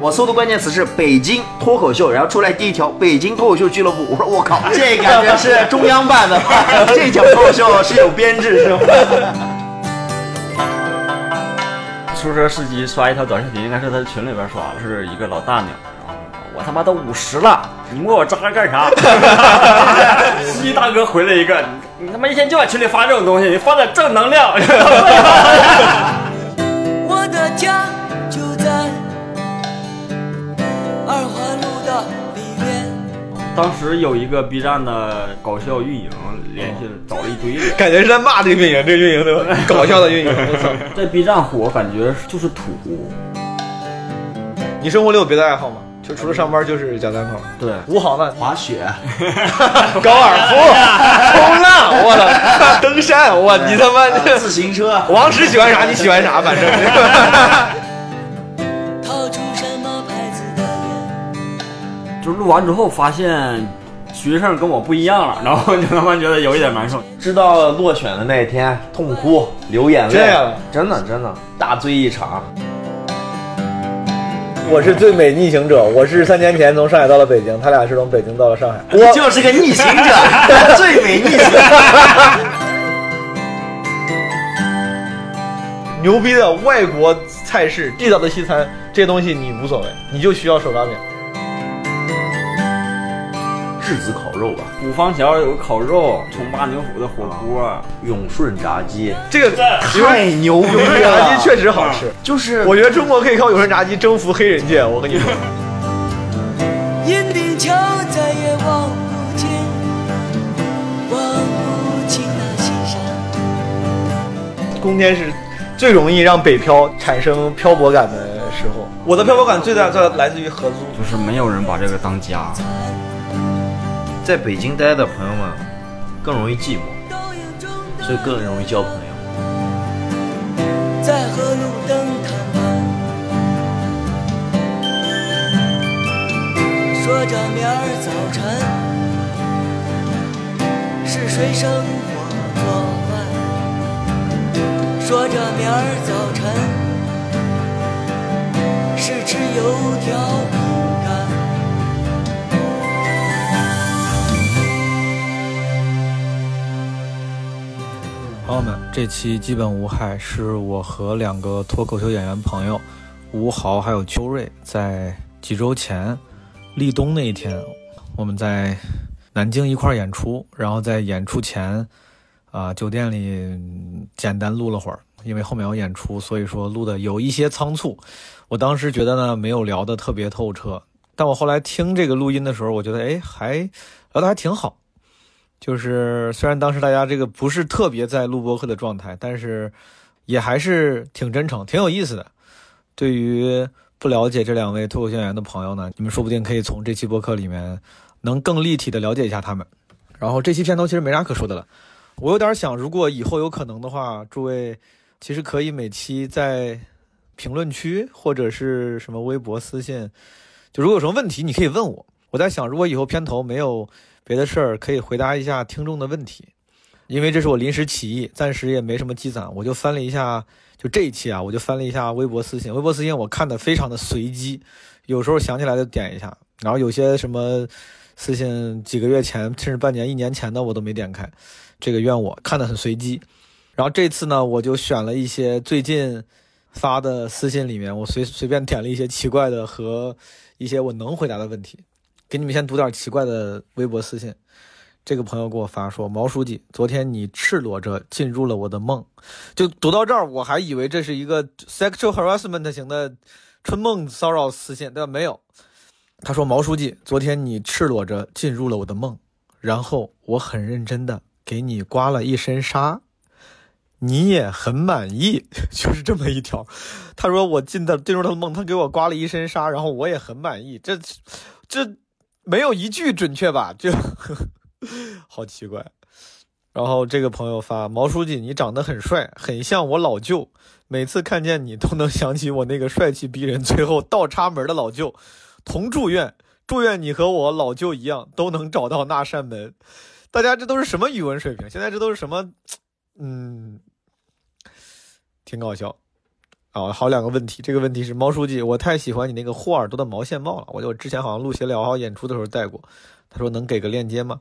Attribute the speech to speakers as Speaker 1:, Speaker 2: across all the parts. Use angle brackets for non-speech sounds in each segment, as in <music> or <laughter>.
Speaker 1: 我搜的关键词是北京脱口秀，然后出来第一条北京脱口秀俱乐部。我说我靠，
Speaker 2: 这感觉是中央办的吧？
Speaker 1: 这讲脱口秀是有编制是吗？
Speaker 3: 出租车司机刷一条短视频，应该是他群里边刷，是一个老大娘，然后说我他妈都五十了，你摸我渣干啥？ <laughs> 司机大哥回了一个，你你他妈一天就往群里发这种东西，你发点正能量。 <laughs>
Speaker 4: 我的家就在二环路的里面。
Speaker 3: 当时有一个 B 站的搞笑运营，联系了找了一堆人，
Speaker 2: 感觉是在骂这个运营，这个运营对吧？
Speaker 1: <laughs>
Speaker 2: 搞笑的运营，我操！
Speaker 3: 在 B 站火，感觉就是土。
Speaker 2: 你生活里有别的爱好吗？就除了上班就是讲单口，
Speaker 3: 对，
Speaker 2: 无好呢，
Speaker 5: 滑雪，
Speaker 2: 高尔夫、 <laughs> 冲浪，
Speaker 1: <laughs>
Speaker 2: 我操，登山，我你他妈这
Speaker 5: 自行车，
Speaker 2: 王石喜欢啥你喜欢啥，反正
Speaker 1: <laughs>
Speaker 4: 掏出什么牌子的烟？
Speaker 3: 就是录完之后发现学生跟我不一样了，然后就他妈觉得有一点难受。
Speaker 6: 知道落选的那一天，痛哭流眼
Speaker 2: 这
Speaker 6: 泪
Speaker 2: 样，
Speaker 6: 真的真的大醉一场。
Speaker 2: 我是最美逆行者，我是三年前从上海到了北京，他俩是从北京到了上海。
Speaker 1: 我就是个逆行者，最美逆行。
Speaker 2: 牛逼的外国菜式、地道的西餐，这些东西你无所谓，你就需要手抓饼。
Speaker 6: 质子烤肉吧，
Speaker 3: 五芳桥有个烤肉，重八牛府的火锅，
Speaker 6: 永顺炸鸡，
Speaker 2: 这个
Speaker 1: 太牛逼
Speaker 2: 永顺炸
Speaker 1: 了！
Speaker 2: 鸡确实好吃，
Speaker 1: 就是
Speaker 2: 我觉得中国可以靠永顺炸鸡征服黑人界。我跟你说，
Speaker 4: 银锭桥再也望不见，望不清那西山。
Speaker 2: 冬天是最容易让北漂产生漂泊感的时候。我的漂泊感最大最大来自于合租。
Speaker 3: 就是没有人把这个当家。
Speaker 6: 在北京待的朋友们更容易寂寞，
Speaker 4: 倒影中的
Speaker 6: 所以更容易交朋友。
Speaker 4: 在和路灯谈判，说着明儿早晨是谁生我做饭，说着明儿早晨是吃油条饼干。
Speaker 7: 朋友们，这期基本无害，是我和两个脱口秀演员朋友吴豪还有邱瑞，在几周前立冬那一天，我们在南京一块儿演出，然后在演出前啊、酒店里嗯简单录了会儿，因为后面要演出，所以说录的有一些仓促。我当时觉得呢，没有聊得特别透彻，但我后来听这个录音的时候，我觉得哎，还聊得还挺好。就是虽然当时大家这个不是特别在录播课的状态，但是也还是挺真诚、挺有意思的。对于不了解这两位脱口秀演员的朋友呢，你们说不定可以从这期播客里面能更立体的了解一下他们。然后这期片头其实没啥可说的了，我有点想，如果以后有可能的话，诸位其实可以每期在评论区或者是什么微博私信，就如果有什么问题，你可以问我。我在想，如果以后片头没有别的事儿可以回答一下听众的问题，因为这是我临时起意，暂时也没什么积攒，我就翻了一下，就这一期啊，我就翻了一下微博私信，微博私信我看的非常的随机，有时候想起来就点一下，然后有些什么私信几个月前甚至半年、一年前的我都没点开，这个怨我看的很随机。然后这次呢，我就选了一些最近发的私信里面，我随随便点了一些奇怪的和一些我能回答的问题，给你们先读点奇怪的微博私信。这个朋友给我发说：“毛书记，昨天你赤裸着进入了我的梦。”就读到这儿，我还以为这是一个 sexual harassment 型的春梦骚扰私信，但没有。他说：“毛书记，昨天你赤裸着进入了我的梦，然后我很认真的给你刮了一身纱，你也很满意。” <laughs> 就是这么一条。他说：“我进的进入他的梦，他给我刮了一身纱，然后我也很满意。这”这没有一句准确吧？这 <laughs> 好奇怪。然后这个朋友发毛书记，你长得很帅，很像我老舅。每次看见你，都能想起我那个帅气逼人、最后倒插门的老舅。同祝愿，祝愿你和我老舅一样，都能找到那扇门。大家这都是什么语文水平？现在这都是什么？嗯，挺搞笑。啊，还有两个问题。这个问题是猫书记，我太喜欢你那个护耳朵的毛线帽了，我就之前好像录闲聊还有演出的时候戴过。他说能给个链接吗？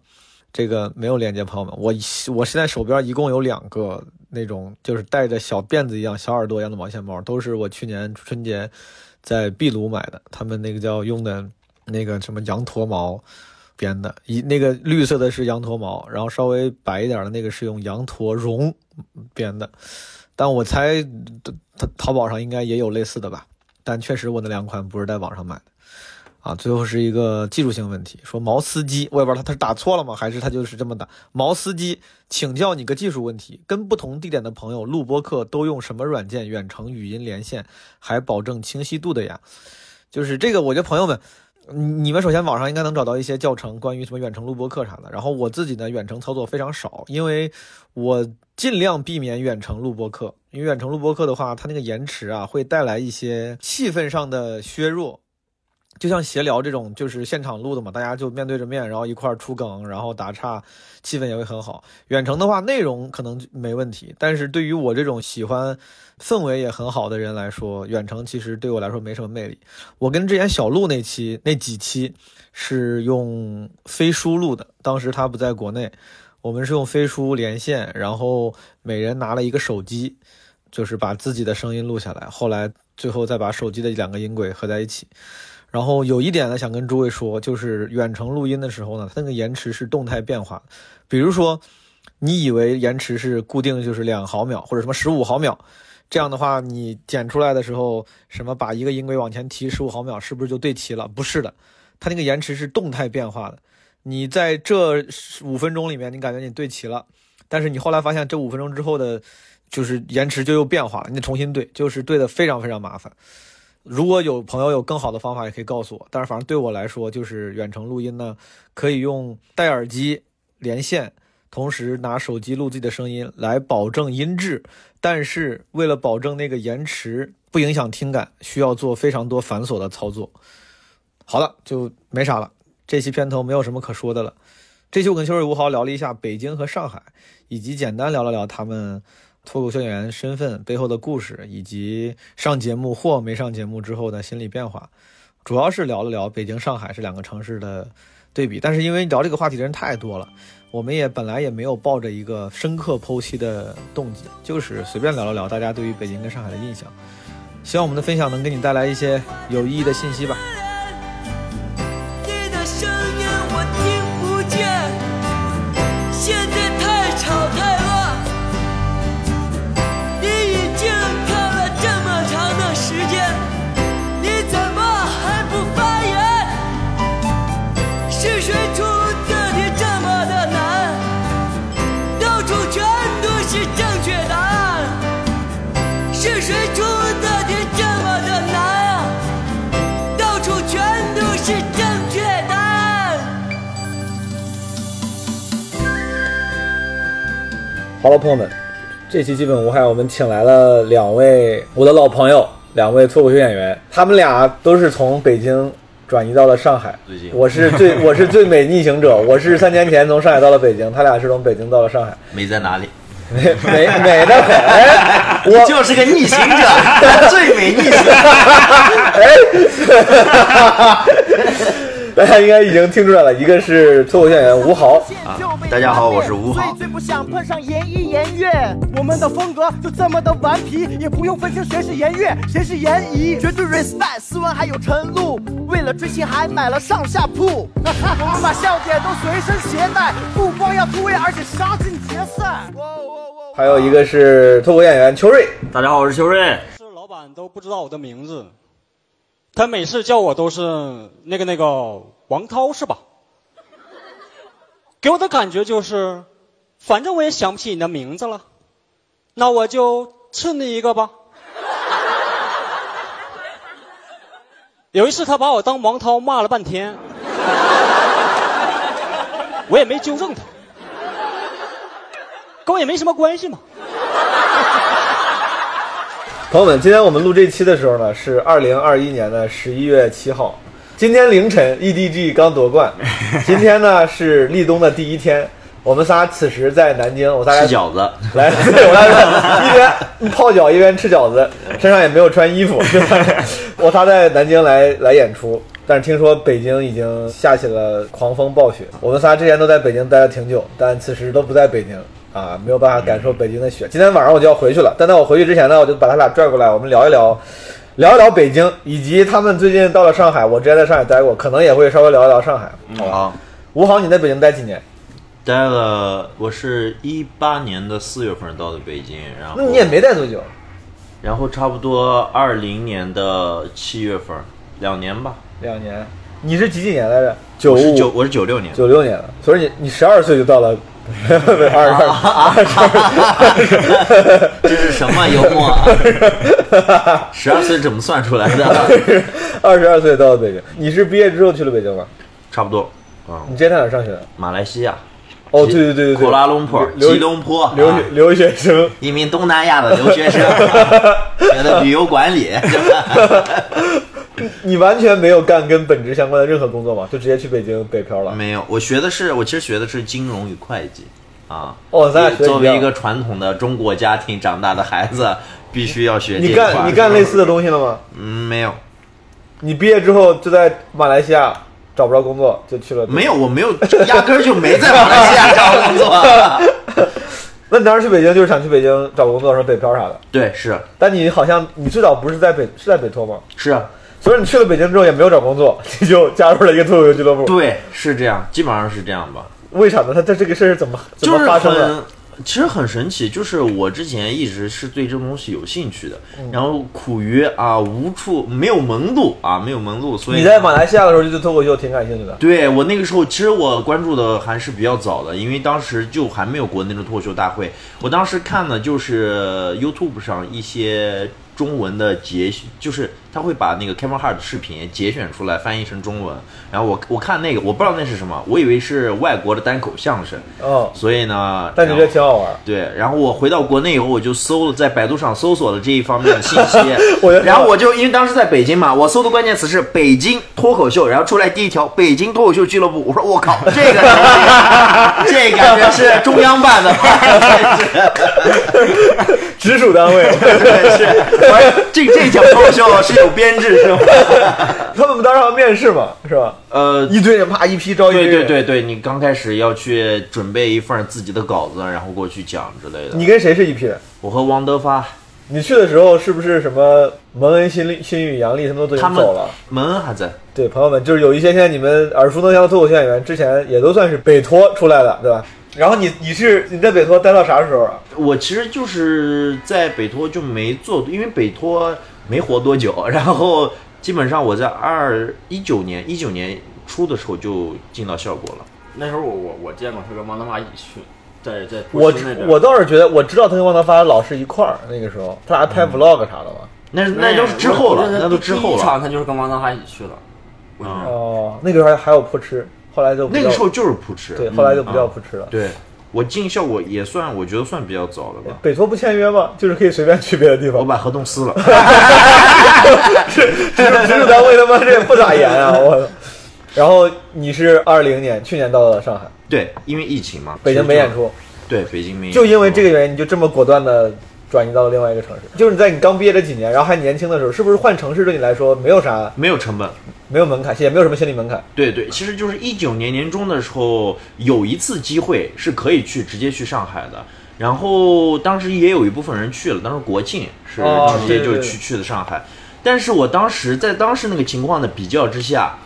Speaker 7: 这个没有链接，朋友们，我我现在手边一共有两个那种就是带着小辫子一样、小耳朵一样的毛线帽，都是我去年春节在秘鲁买的，他们那个叫用的那个什么羊驼毛编的，一那个绿色的是羊驼毛，然后稍微白一点的那个是用羊驼绒编的，但我猜淘淘宝上应该也有类似的吧，但确实我那两款不是在网上买的。啊，最后是一个技术性问题，说毛司机，我也不知道他他是打错了吗，还是他就是这么打。毛司机，请教你个技术问题：跟不同地点的朋友录播课都用什么软件远程语音连线，还保证清晰度的呀？就是这个，我觉得朋友们，你你们首先网上应该能找到一些教程，关于什么远程录播课啥的。然后我自己呢，远程操作非常少，因为我尽量避免远程录播课，因为远程录播课的话，它那个延迟啊，会带来一些气氛上的削弱。就像闲聊这种，就是现场录的嘛，大家就面对着面，然后一块儿出梗，然后打岔，气氛也会很好。远程的话，内容可能就没问题，但是对于我这种喜欢氛围也很好的人来说，远程其实对我来说没什么魅力。我跟之前小鹿那期那几期是用飞书录的，当时他不在国内，我们是用飞书连线，然后每人拿了一个手机，就是把自己的声音录下来，后来最后再把手机的两个音轨合在一起。然后有一点呢，想跟诸位说，就是远程录音的时候呢，它那个延迟是动态变化的。比如说，你以为延迟是固定就是两毫秒或者什么十五毫秒，这样的话，你剪出来的时候，什么把一个音轨往前提十五毫秒，是不是就对齐了？不是的，它那个延迟是动态变化的。你在这呃五分钟里面，你感觉你对齐了，但是你后来发现这五分钟之后的，就是延迟就又变化了，你得重新对，就是对的非常非常麻烦。如果有朋友有更好的方法，也可以告诉我。但是反正对我来说，就是远程录音呢，可以用戴耳机连线，同时拿手机录自己的声音来保证音质。但是为了保证那个延迟不影响听感，需要做非常多繁琐的操作。好了，就没啥了。这期片头没有什么可说的了。这期我跟秋水吴豪聊了一下北京和上海，以及简单聊了聊他们脱口秀演员身份背后的故事，以及上节目或没上节目之后的心理变化，主要是聊了聊北京、上海这两个城市的对比。但是因为聊这个话题的人太多了，我们也本来也没有抱着一个深刻剖析的动机，就是随便聊了聊大家对于北京跟上海的印象。希望我们的分享能给你带来一些有意义的信息吧。
Speaker 4: 你的声音我听不见，现在太吵太乱。你已经看了这么长的时间，你怎么还不发言？是谁出的题这么的难？到处全都是正确答案，是谁出的题这么的难啊？到处全都是正确答案。
Speaker 7: 好了，朋友们，这期基本无害，我们请来了两位我的老朋友，两位脱口秀演员，他们俩都是从北京转移到了上海。
Speaker 2: 最近
Speaker 7: 我是
Speaker 2: <laughs>
Speaker 7: 最我是最美逆行者，我是三年前从上海到了北京，他俩是从北京到了上海，
Speaker 2: 没在哪里。
Speaker 7: 美美 <laughs> 美的很。 <laughs> 哎我
Speaker 6: 就是个逆行者，最美逆行。
Speaker 7: 大家应该已经听出来了，一个是脱口秀演员吴豪，
Speaker 6: 啊大家好我是吴豪
Speaker 5: 最最不想碰上颜一颜悦，我们的风格就这么的顽皮，也不用分清谁是颜悦，谁是颜怡，绝对 respect 斯文还有陈露，为了追星还买了上下铺， <laughs> 我们把笑点都随身携带，不光要突围，而且杀进决赛。哇哦哇哦哇哦
Speaker 7: 还有一个是脱口秀演员邱瑞。
Speaker 3: 大家好，我是秋瑞。
Speaker 8: 是老板都不知道我的名字，他每次叫我都是那个那个王涛是吧？给我的感觉就是，反正我也想不起你的名字了，那我就吃你一个吧。有一次他把我当王涛骂了半天，我也没纠正他，跟我也没什么关系嘛。
Speaker 7: 朋友们，今天我们录这期的时候呢，是二零二一年的十一月七号，
Speaker 2: ，E
Speaker 1: <laughs>
Speaker 7: 今天凌晨 EDG 刚夺冠，今天呢是立冬的第一天，
Speaker 2: 我们仨此时在南京，我仨
Speaker 1: 吃
Speaker 2: 来
Speaker 1: 饺子，
Speaker 2: <laughs> 来，对我来一边泡脚一边吃饺子，身上也没有穿衣服。对吧我仨在南京来来演出，但是听说北京已经下起了狂风暴雪。我们仨之前都在北京待了挺久，但此时都不在北京。啊，没有办法感受北京的雪。今天晚上我就要回去了，但在我回去之前呢，我就把他俩拽过来，我们聊一聊，聊一聊北京，以及他们最近到了上海。我之前在上海待过，可能也会稍微聊一聊上海。好吧？
Speaker 6: 好，
Speaker 2: 吴航，你在北京待几年？
Speaker 6: 待了，我是一八年的四月份到的北京，然后
Speaker 2: 那嗯你也没待多久。
Speaker 6: 然后差不多二零年的七月份，两年吧。
Speaker 2: 两年，你是几几年来着？
Speaker 6: 我
Speaker 2: 哦
Speaker 6: 是九，我是九六
Speaker 2: <laughs>
Speaker 6: 年，
Speaker 2: 九六年了，所以你你十二岁就到了二
Speaker 1: <laughs>
Speaker 2: 十二，
Speaker 1: 这是什么幽默啊？
Speaker 6: 啊
Speaker 2: <laughs>
Speaker 1: 十二岁怎么算出来的？
Speaker 2: 二十二岁到了北京。你是毕业之后去了北京吗？
Speaker 6: <laughs> 差不多。
Speaker 2: 你
Speaker 6: 嗯，
Speaker 2: 之前在哪儿上学？
Speaker 6: 马来西亚，
Speaker 2: 哦，对对对对对，
Speaker 1: 库拉隆坡、
Speaker 2: 留
Speaker 1: 吉隆坡，
Speaker 2: 留
Speaker 1: 啊
Speaker 2: 学留学生。
Speaker 1: 一名东南亚的留学
Speaker 2: <laughs>
Speaker 1: 生，啊学的旅游管理。
Speaker 2: 你完全没有干跟本职相关的任何工作吗？就直接去北京北漂了？
Speaker 6: <laughs> 没有，我学的是，我其实学的是金融与会计啊。
Speaker 2: 哦咱俩学的一样
Speaker 6: 作为一个传统的中国家庭长大的孩子，必须要学这
Speaker 2: 你
Speaker 6: 一块。
Speaker 2: 干你干类似的东西了吗？
Speaker 6: 嗯，没有，
Speaker 2: 你毕业之后就在马来西亚找不着工作，就去了。
Speaker 6: 没有，我没有，压根儿就没在马来西亚找工
Speaker 2: <laughs>
Speaker 6: 作。
Speaker 2: 那你当时去北京就是想去北京找工作，说北漂啥的。
Speaker 6: 对，是
Speaker 2: 但你好像你最早不是在北是在北托吗？
Speaker 6: 是，啊
Speaker 2: 所以你去了北京之后也没有找工作， <laughs> 你就加入了一个脱口秀俱乐部。
Speaker 6: 对，是这样，基本上是这样吧。
Speaker 2: 为啥呢？他这这个事儿是怎么怎
Speaker 6: 就
Speaker 2: 么
Speaker 6: 是
Speaker 2: 发生的？
Speaker 6: 很，其实很神奇，就是我之前一直是对这种东西有兴趣的，
Speaker 2: 嗯
Speaker 6: 然后苦于啊无处没有门路啊没有门路，所以
Speaker 2: 你在马来西亚的时候就对脱口秀挺感兴趣的。
Speaker 6: 对我那个时候，其实我关注的还是比较早的，因为当时就还没有国内的脱口秀大会。我当时看的就是 YouTube 上一些中文的节，就是他会把那个 Kevin Hart 的视频节选出来，翻译成中文。然后我我看那个，我不知道那是什么，我以为是外国的单口相声。
Speaker 2: 嗯，
Speaker 6: 所以呢，
Speaker 2: 但你觉
Speaker 6: 然
Speaker 2: 得
Speaker 6: 后
Speaker 2: 挺好
Speaker 6: <laughs>
Speaker 2: 玩。
Speaker 6: 对，然后我回到国内以后，我就搜了，在百度上搜索了这一方面的信息
Speaker 2: <laughs> 我觉得，
Speaker 6: 然后我
Speaker 1: 我就因为当时在北京嘛，我搜的关键词是北京脱口秀，然后出来第一条北京脱口秀俱乐部。我说我
Speaker 2: <laughs>
Speaker 1: 靠，这个东西这感觉是中央办
Speaker 6: <laughs>
Speaker 1: 的吧？
Speaker 2: 直属单位， <laughs>
Speaker 1: 是，我说这这条脱口秀是有编制
Speaker 2: <laughs>
Speaker 1: 是吗？
Speaker 2: 他们当时要面试嘛，是吧？
Speaker 6: 呃，
Speaker 2: 一堆人啪一批招一堆
Speaker 6: 对对
Speaker 2: 人。
Speaker 6: 对对，你刚开始要去准备一份自己的稿子，然后过去讲之类的。
Speaker 2: 你跟谁是一批人？
Speaker 6: 我和王德发
Speaker 2: 你去的时候是不是什么蒙恩、新力、新宇、杨丽他们都已
Speaker 6: 他
Speaker 2: 经
Speaker 6: 们
Speaker 2: 走了？
Speaker 6: 蒙恩还在，
Speaker 2: 对，朋友们，就是有一些现在你们耳熟能详的脱口秀演员，之前也都算是北托出来的，对吧？然后你你是你在北托待到啥时候啊？
Speaker 6: 我其实就是在北托就没做，因为北托没活多久，然后基本上我在二一九年一九年初的时候就进到效果了。
Speaker 3: 那时候我我我见过他跟王德玛一起去，在在
Speaker 2: 我
Speaker 3: 波士那边
Speaker 2: 我倒是觉得，我知道他跟王德发老是一块儿，那个时候他俩拍 vlog 啥的嘛。
Speaker 6: 那
Speaker 3: 没
Speaker 6: 那都是之后
Speaker 3: 我
Speaker 6: 了，
Speaker 3: 我
Speaker 6: 那都之后
Speaker 3: 第一
Speaker 6: 了。
Speaker 3: 场他就是跟王德玛一起去的，我觉得
Speaker 2: 哦，那个时候还还有扑哧，后来就不
Speaker 6: 嗯那
Speaker 2: 叫
Speaker 6: 个时候就是扑哧，
Speaker 2: 对，
Speaker 6: 嗯
Speaker 2: 后来就不叫
Speaker 6: 啊
Speaker 2: 扑哧了。
Speaker 6: 对，我进效果也算，我觉得算比较早了吧。
Speaker 2: 北托不签约吗？就是可以随便去别的地
Speaker 6: 我
Speaker 2: 方。
Speaker 6: 把合同撕了。
Speaker 2: <laughs> 直属直属单位他妈这也不咋严啊！我。然后你是二零年，去年到了上海，
Speaker 6: 对，因为疫情嘛，
Speaker 2: 北京没演出，
Speaker 6: 对，北京没演出
Speaker 2: 就因为这个原因，你就这么果断的转移到了另外一个城市。就是你在你刚毕业这几年，然后还年轻的时候，是不是换城市对你来说没有啥
Speaker 6: 没有成本。
Speaker 2: 没有门槛，也没有什么心理门槛？
Speaker 6: 对对，其实就是一九年年中的时候，有一次机会是可以去直接去上海的。然后当时也有一部分人去了，当时国庆是
Speaker 2: 哦
Speaker 6: 直接就去、
Speaker 2: 对对对
Speaker 6: 去的上海。但是我当时在当时那个情况的比较之下，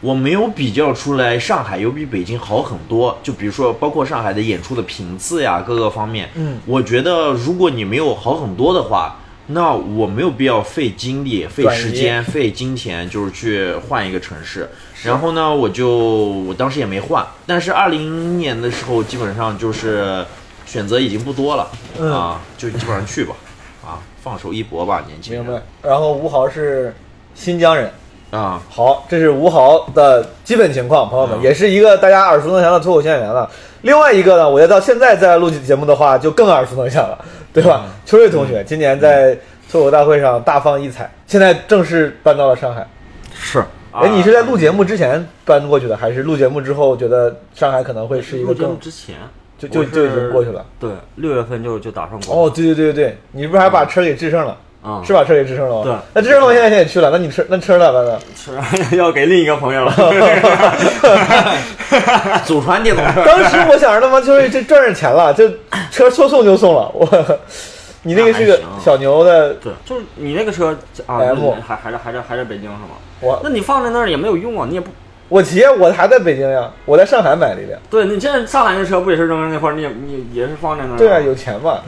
Speaker 6: 我没有比较出来上海有比北京好很多。就比如说，包括上海的演出的频次呀，各个方面。
Speaker 2: 嗯，
Speaker 6: 我觉得如果你没有好很多的话，那我没有必要费精力、费
Speaker 2: 转移
Speaker 6: 时间、费金钱，就是去换一个城市。然后呢，我就我当时也没换，但是二零年的时候，基本上就是选择已经不多了、
Speaker 2: 嗯
Speaker 6: 啊，就基本上去吧，啊，放手一搏吧，年轻人。
Speaker 2: 明白。然后吴豪是新疆人，
Speaker 6: 啊，
Speaker 2: 好，这是吴豪的基本情况，朋友们，
Speaker 6: 嗯
Speaker 2: 也是一个大家耳熟能详的脱口秀演员了。另外一个呢，我觉得到现在再来录节目的话，就更耳熟能详了，
Speaker 3: 嗯
Speaker 2: 对吧？秋瑞同学今年在脱口大会上大放异彩，现在正式搬到了上海。
Speaker 6: 是。
Speaker 3: 啊
Speaker 2: 哎，你是在录节目之前搬过去的，还是录节目之后觉得上海可能会是一
Speaker 3: 录
Speaker 2: 个
Speaker 3: 节目
Speaker 2: 更？
Speaker 3: 之前
Speaker 2: 就就
Speaker 3: 我是
Speaker 2: 就已经过去了。
Speaker 3: 对，六月份就就打算过
Speaker 2: 哦，
Speaker 3: 去。
Speaker 2: 对对对对对，你是不是还把车给制胜了？
Speaker 3: 嗯
Speaker 2: 是把车给制胜了吗？
Speaker 3: 对
Speaker 2: 那制胜了吗？现在现在也去了，那你车那车咋办呢？
Speaker 3: 是 <laughs> 要给另一个朋友了。
Speaker 6: 祖传电动车，
Speaker 2: <laughs> 当时我想着他妈就是这赚着钱了，就车说送就送了。我，你那个是个
Speaker 3: 那还行
Speaker 2: 小牛的，
Speaker 3: 对，就是你那个车啊，
Speaker 2: M
Speaker 3: 那还还是还是还是北京是吗？那
Speaker 2: 我
Speaker 3: 你放在那儿也没有用啊，你也不
Speaker 2: 我骑我还在北京呀，我在上海买了一辆。
Speaker 3: 对你这上海那车不也是扔在那块儿，你也你也是放在那儿？
Speaker 2: 对啊，有。钱嘛，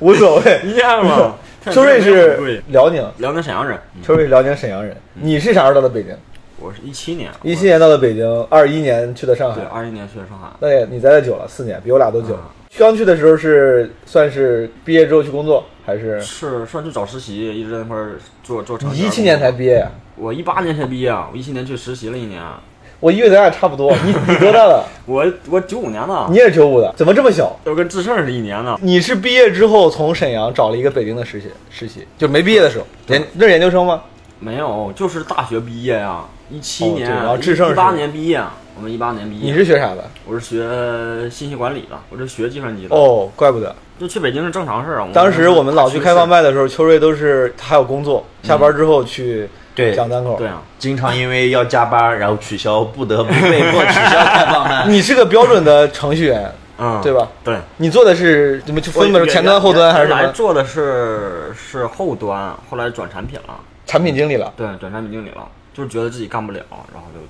Speaker 2: 无所谓。。
Speaker 3: <laughs> 一样嘛
Speaker 2: <laughs> 秋瑞嗯是
Speaker 3: 对，
Speaker 2: 辽宁，
Speaker 3: 辽宁沈阳人，
Speaker 2: 秋瑞是辽宁沈阳人。
Speaker 3: 嗯
Speaker 2: 你是啥时候到的北京？
Speaker 3: 我是一七年，
Speaker 2: 一七年到的北京，二一年去的上
Speaker 3: 我对啊
Speaker 2: 海。
Speaker 3: 二一年去的上海，
Speaker 2: 那也你在这久了，四年，比我俩都久
Speaker 3: 啊。
Speaker 2: 刚去的时候是算是毕业之后去工作，还是
Speaker 3: 是算去找实习，一直在那块儿做做厂。
Speaker 2: 你一七年才毕业呀？
Speaker 3: 我一八年才毕业啊，我一七年去实习了一年。啊
Speaker 2: 我以为咱俩差不多。你你多大了？
Speaker 3: 我我九五年的，
Speaker 2: 你也是九五的，怎么这么小？
Speaker 3: 我跟智胜是一年的。
Speaker 2: 你是毕业之后从沈阳找了一个北京的实习，实习就没毕业的时候，研那是研究生吗？
Speaker 3: 没有，就是大学毕业呀、一七
Speaker 2: 哦
Speaker 3: 年，
Speaker 2: 对然后
Speaker 3: 一
Speaker 2: 智胜
Speaker 3: 一八
Speaker 2: 是
Speaker 3: 年毕业，啊我们一八年毕业。
Speaker 2: 你是学啥的？
Speaker 3: 我是学信息管理的，我是学计算机的。，
Speaker 2: 哦，怪不得
Speaker 3: 就去北京是正常事儿啊。
Speaker 2: 当时我们老去开放
Speaker 3: 麦，
Speaker 2: 麦的时候，秋瑞都是他还有工作，下班之后去
Speaker 6: 对
Speaker 2: 讲单口。
Speaker 3: 嗯对啊，
Speaker 6: 经常因为要加班，然后取消，不得 <laughs> 不被迫取消开放麦。
Speaker 2: <laughs> 你是个标准的程序员，
Speaker 3: 嗯，
Speaker 2: 对吧？
Speaker 3: 对，
Speaker 2: 你做的是怎么就分门前端后端还是什
Speaker 3: 原来
Speaker 2: 么？
Speaker 3: 做的是是后端，后来转产品了，
Speaker 2: 产品经理了。
Speaker 3: 对，转产品经理了，就是觉得自己干不了，然后就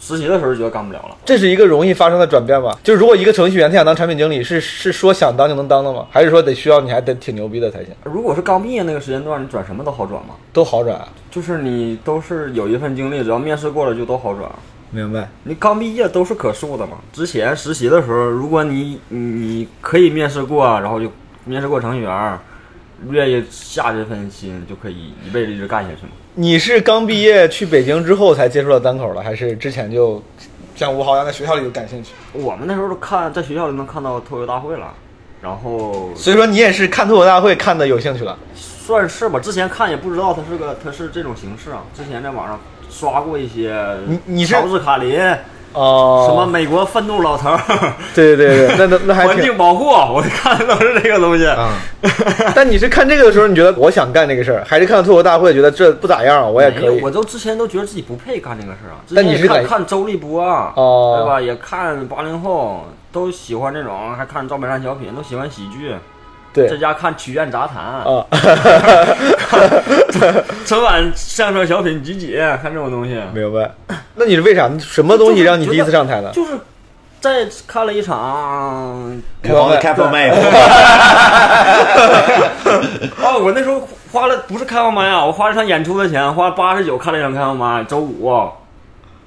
Speaker 3: 实习的时候就觉得干不了了。
Speaker 2: 这是一个容易发生的转变吧？就是如果一个程序员他想当产品经理，是是说想当就能当的吗？还是说得需要你还得挺牛逼的才行？
Speaker 3: 如果是刚毕业那个时间段，你转什么都好转嘛，
Speaker 2: 都好转啊，
Speaker 3: 就是你都是有一份经历，只要面试过了就都好转。
Speaker 2: 明白？
Speaker 3: 你刚毕业都是可塑的嘛。之前实习的时候，如果你你你可以面试过，啊然后就面试过程序员，愿意下这份心，就可以一辈子一直干下去嘛。
Speaker 2: 你是刚毕业去北京之后才接触到单口的，还是之前就像吴豪一样在学校里就感兴趣？
Speaker 3: 我们那时候都看在学校里能看到脱口大会了，然后
Speaker 2: 所以说你也是看脱口大会看的有兴趣了。
Speaker 3: 算是吧，之前看也不知道它是个它是这种形式啊。之前在网上刷过一些，
Speaker 2: 你你是
Speaker 3: 乔治卡林，
Speaker 2: 哦，
Speaker 3: 什么？美国愤怒老头儿。 <laughs>
Speaker 2: 对对 <laughs> 对，那那那还
Speaker 3: 环
Speaker 2: 挺
Speaker 3: 境。保护，我看的都是这个东西。
Speaker 2: 啊、 <laughs> 但你是看这个的时候，你觉得我想干这个事儿，还是看到脱口大会觉得这不咋样，我也
Speaker 3: 没
Speaker 2: 可
Speaker 3: 有
Speaker 2: 以
Speaker 3: 我？都之前都觉得自己不配干这个事儿啊。之
Speaker 2: 但
Speaker 3: 前
Speaker 2: 你
Speaker 3: 也
Speaker 2: 是
Speaker 3: 看
Speaker 2: 哪
Speaker 3: 看周立波啊，
Speaker 2: 哦
Speaker 3: 对吧？也看八零后，都喜欢这种，还看赵本山小品，都喜欢喜剧。
Speaker 2: 对
Speaker 3: 在家看曲苑杂谈，
Speaker 2: 啊，
Speaker 3: <laughs> 春晚相声小品集锦，看这种东西。
Speaker 2: 明白。那你是为啥？什么东西让你第一次上台呢？
Speaker 3: 就是在看了一场
Speaker 2: 开放麦
Speaker 6: 开放麦，
Speaker 3: <laughs> 哦，我那时候花了不是开放麦啊，我花了场演出的钱，花八十九看了一场开放麦，周五，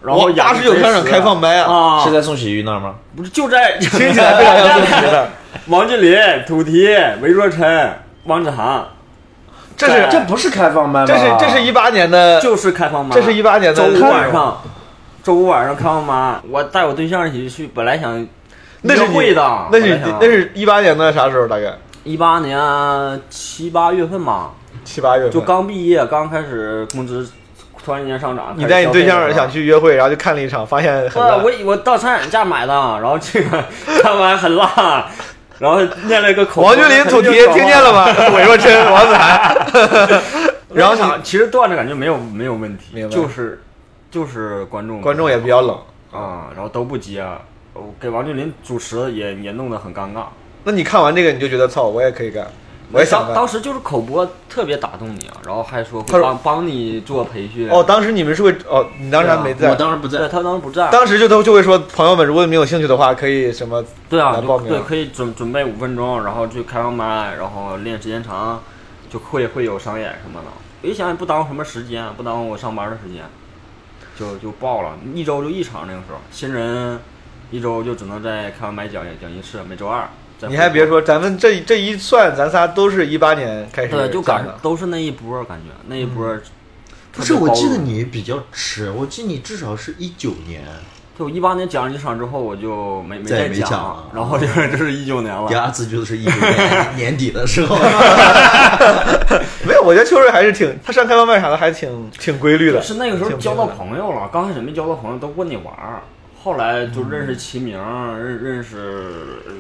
Speaker 3: 然后
Speaker 2: 我
Speaker 3: 演了
Speaker 2: 89看场开放麦啊
Speaker 3: 啊，
Speaker 6: 是在宋喜玉那儿吗？
Speaker 3: 不是就在
Speaker 2: <laughs> 听起来非常像自己的事儿。
Speaker 3: <laughs> 王俊林、土提、韦若琛、王志涵，
Speaker 2: 这
Speaker 6: <laughs>
Speaker 2: 是
Speaker 6: 这不 <laughs> 是开放麦吗？啊
Speaker 2: <laughs> 这是这是一八年的，
Speaker 3: 就是开放麦，
Speaker 2: 这是一八年的
Speaker 3: 周五晚上，周五晚上开放麦，我带我对象一起去，本来想
Speaker 2: 那是
Speaker 3: 约
Speaker 2: 你
Speaker 3: 会的，
Speaker 2: 那是那是一八年的啥时候？大概
Speaker 3: 一八年七八月份吧，
Speaker 2: 七八月份
Speaker 3: 就刚毕业，刚开始工资突然间上涨，
Speaker 2: 你带你对象想
Speaker 3: 去。
Speaker 2: 去约会，然后就看了一场，发现很
Speaker 3: 啊，
Speaker 2: 烂
Speaker 3: 我以我到餐饮架买的，然后这个 <laughs> 看完很辣，然后念了一个口播。
Speaker 2: 王俊林土提听见了吗？
Speaker 3: 啊
Speaker 2: <laughs> 韦若琛、王子涵，然后
Speaker 3: 想，
Speaker 2: 你
Speaker 3: 其实段子感觉没有没有问题
Speaker 2: 明，白
Speaker 3: 就是就是观众
Speaker 2: 观众也比较冷。
Speaker 3: 啊、然后都不接，我给王俊林主持也也弄得很尴尬。
Speaker 2: 那你看完这个，你就觉得操，我也可以干，我也想
Speaker 3: 当
Speaker 2: 干
Speaker 3: 当。时就是口播特别打动你啊，然后还说
Speaker 2: 他
Speaker 3: 会
Speaker 2: 说
Speaker 3: 帮帮你做培训。
Speaker 2: 哦，当时你们是会哦，你当时还没在
Speaker 6: 我，当时不
Speaker 3: 对，啊
Speaker 6: 在，
Speaker 3: 他当时不在。
Speaker 2: 当时就都就会说，朋友们，如果你们有兴趣的话，可以什么
Speaker 3: 对啊，
Speaker 2: 来
Speaker 3: 就
Speaker 2: 报名
Speaker 3: 对，可以准准备五分钟，然后去开放麦，然后练时间长，就会会有商演什么的。我一想也不耽误什么时间，啊不耽误我上班的时间，就就报了，一周就一场。那个时候新人一周就只能在开放麦讲讲一次，每周二。在
Speaker 2: 你还别说，咱们这这一算，咱仨都是一八年开始
Speaker 3: 对，就
Speaker 2: 干
Speaker 3: 赶
Speaker 2: 的。
Speaker 3: 都是那一波感觉，那一波
Speaker 6: 不是，我记得你比较迟，我记得你至少是一九年，
Speaker 3: 就一八年讲了一场之后，我就没没
Speaker 6: 再也
Speaker 3: 再
Speaker 6: 没
Speaker 3: 讲
Speaker 6: 讲
Speaker 3: 了
Speaker 6: 了，
Speaker 3: 然后就是这是一九年了
Speaker 6: <laughs> 第。二次就是一九年年底的时候。
Speaker 2: 没有，我觉得秋瑞还是挺，他上开放麦啥的还挺挺规律的。
Speaker 3: 是那个时候
Speaker 2: 挺
Speaker 3: 交到
Speaker 2: 平衡的
Speaker 3: 朋友了，刚开始没交到朋友，都问你玩儿。后来就认识齐明，认认识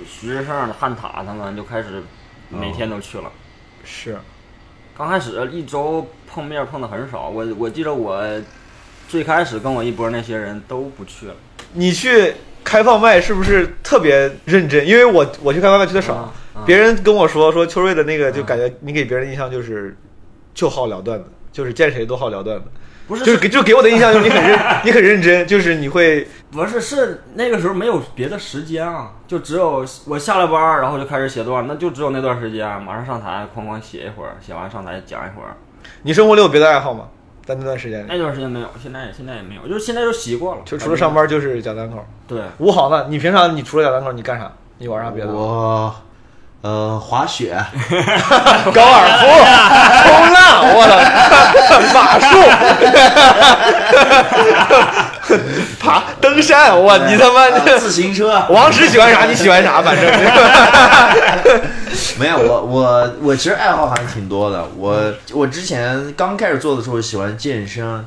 Speaker 3: 徐志胜、汉塔他们，就开始每天都去了。
Speaker 2: 是，
Speaker 3: 刚开始一周碰面碰的很少，我我记得我最开始跟我一波那些人都不去了，
Speaker 2: 你去开放麦是不是特别认真？因为我我去开放麦去的少，
Speaker 3: 啊啊
Speaker 2: 别人跟我说说秋瑞的那个，就感觉你给别人印象就是就好聊段子，就是见谁都好聊段子。
Speaker 3: 不是
Speaker 2: 就是给就给我的印象就是你很认 <laughs> 你很认真，就是你会
Speaker 3: 不是是那个时候没有别的时间啊，就只有我下了班儿，然后就开始写段，那就只有那段时间，啊马上上台哐哐写一会儿，写完上台讲一会儿，
Speaker 2: 你生活里有别的爱好吗？在那段时间里，
Speaker 3: 那段时间没有，现在现在也没有，就是现在就习惯了，
Speaker 2: 就除了上班就是讲单口。
Speaker 3: 对。
Speaker 2: 吴豪呢？你平常你除了讲单口你干啥？你玩啥别的？
Speaker 6: 我哦呃滑雪，
Speaker 2: 高尔
Speaker 3: <laughs>
Speaker 2: 夫、冲浪，我操，马
Speaker 3: <laughs>
Speaker 2: 术，爬登山，我你他
Speaker 3: 啊
Speaker 2: 妈
Speaker 6: 呃自
Speaker 2: 这
Speaker 6: 行
Speaker 2: <laughs>
Speaker 6: 车，
Speaker 2: 王石喜欢啥你喜欢啥，反正
Speaker 6: 没有，我我我其实爱好还是挺多的。我我之前刚开始做的时候喜欢健身，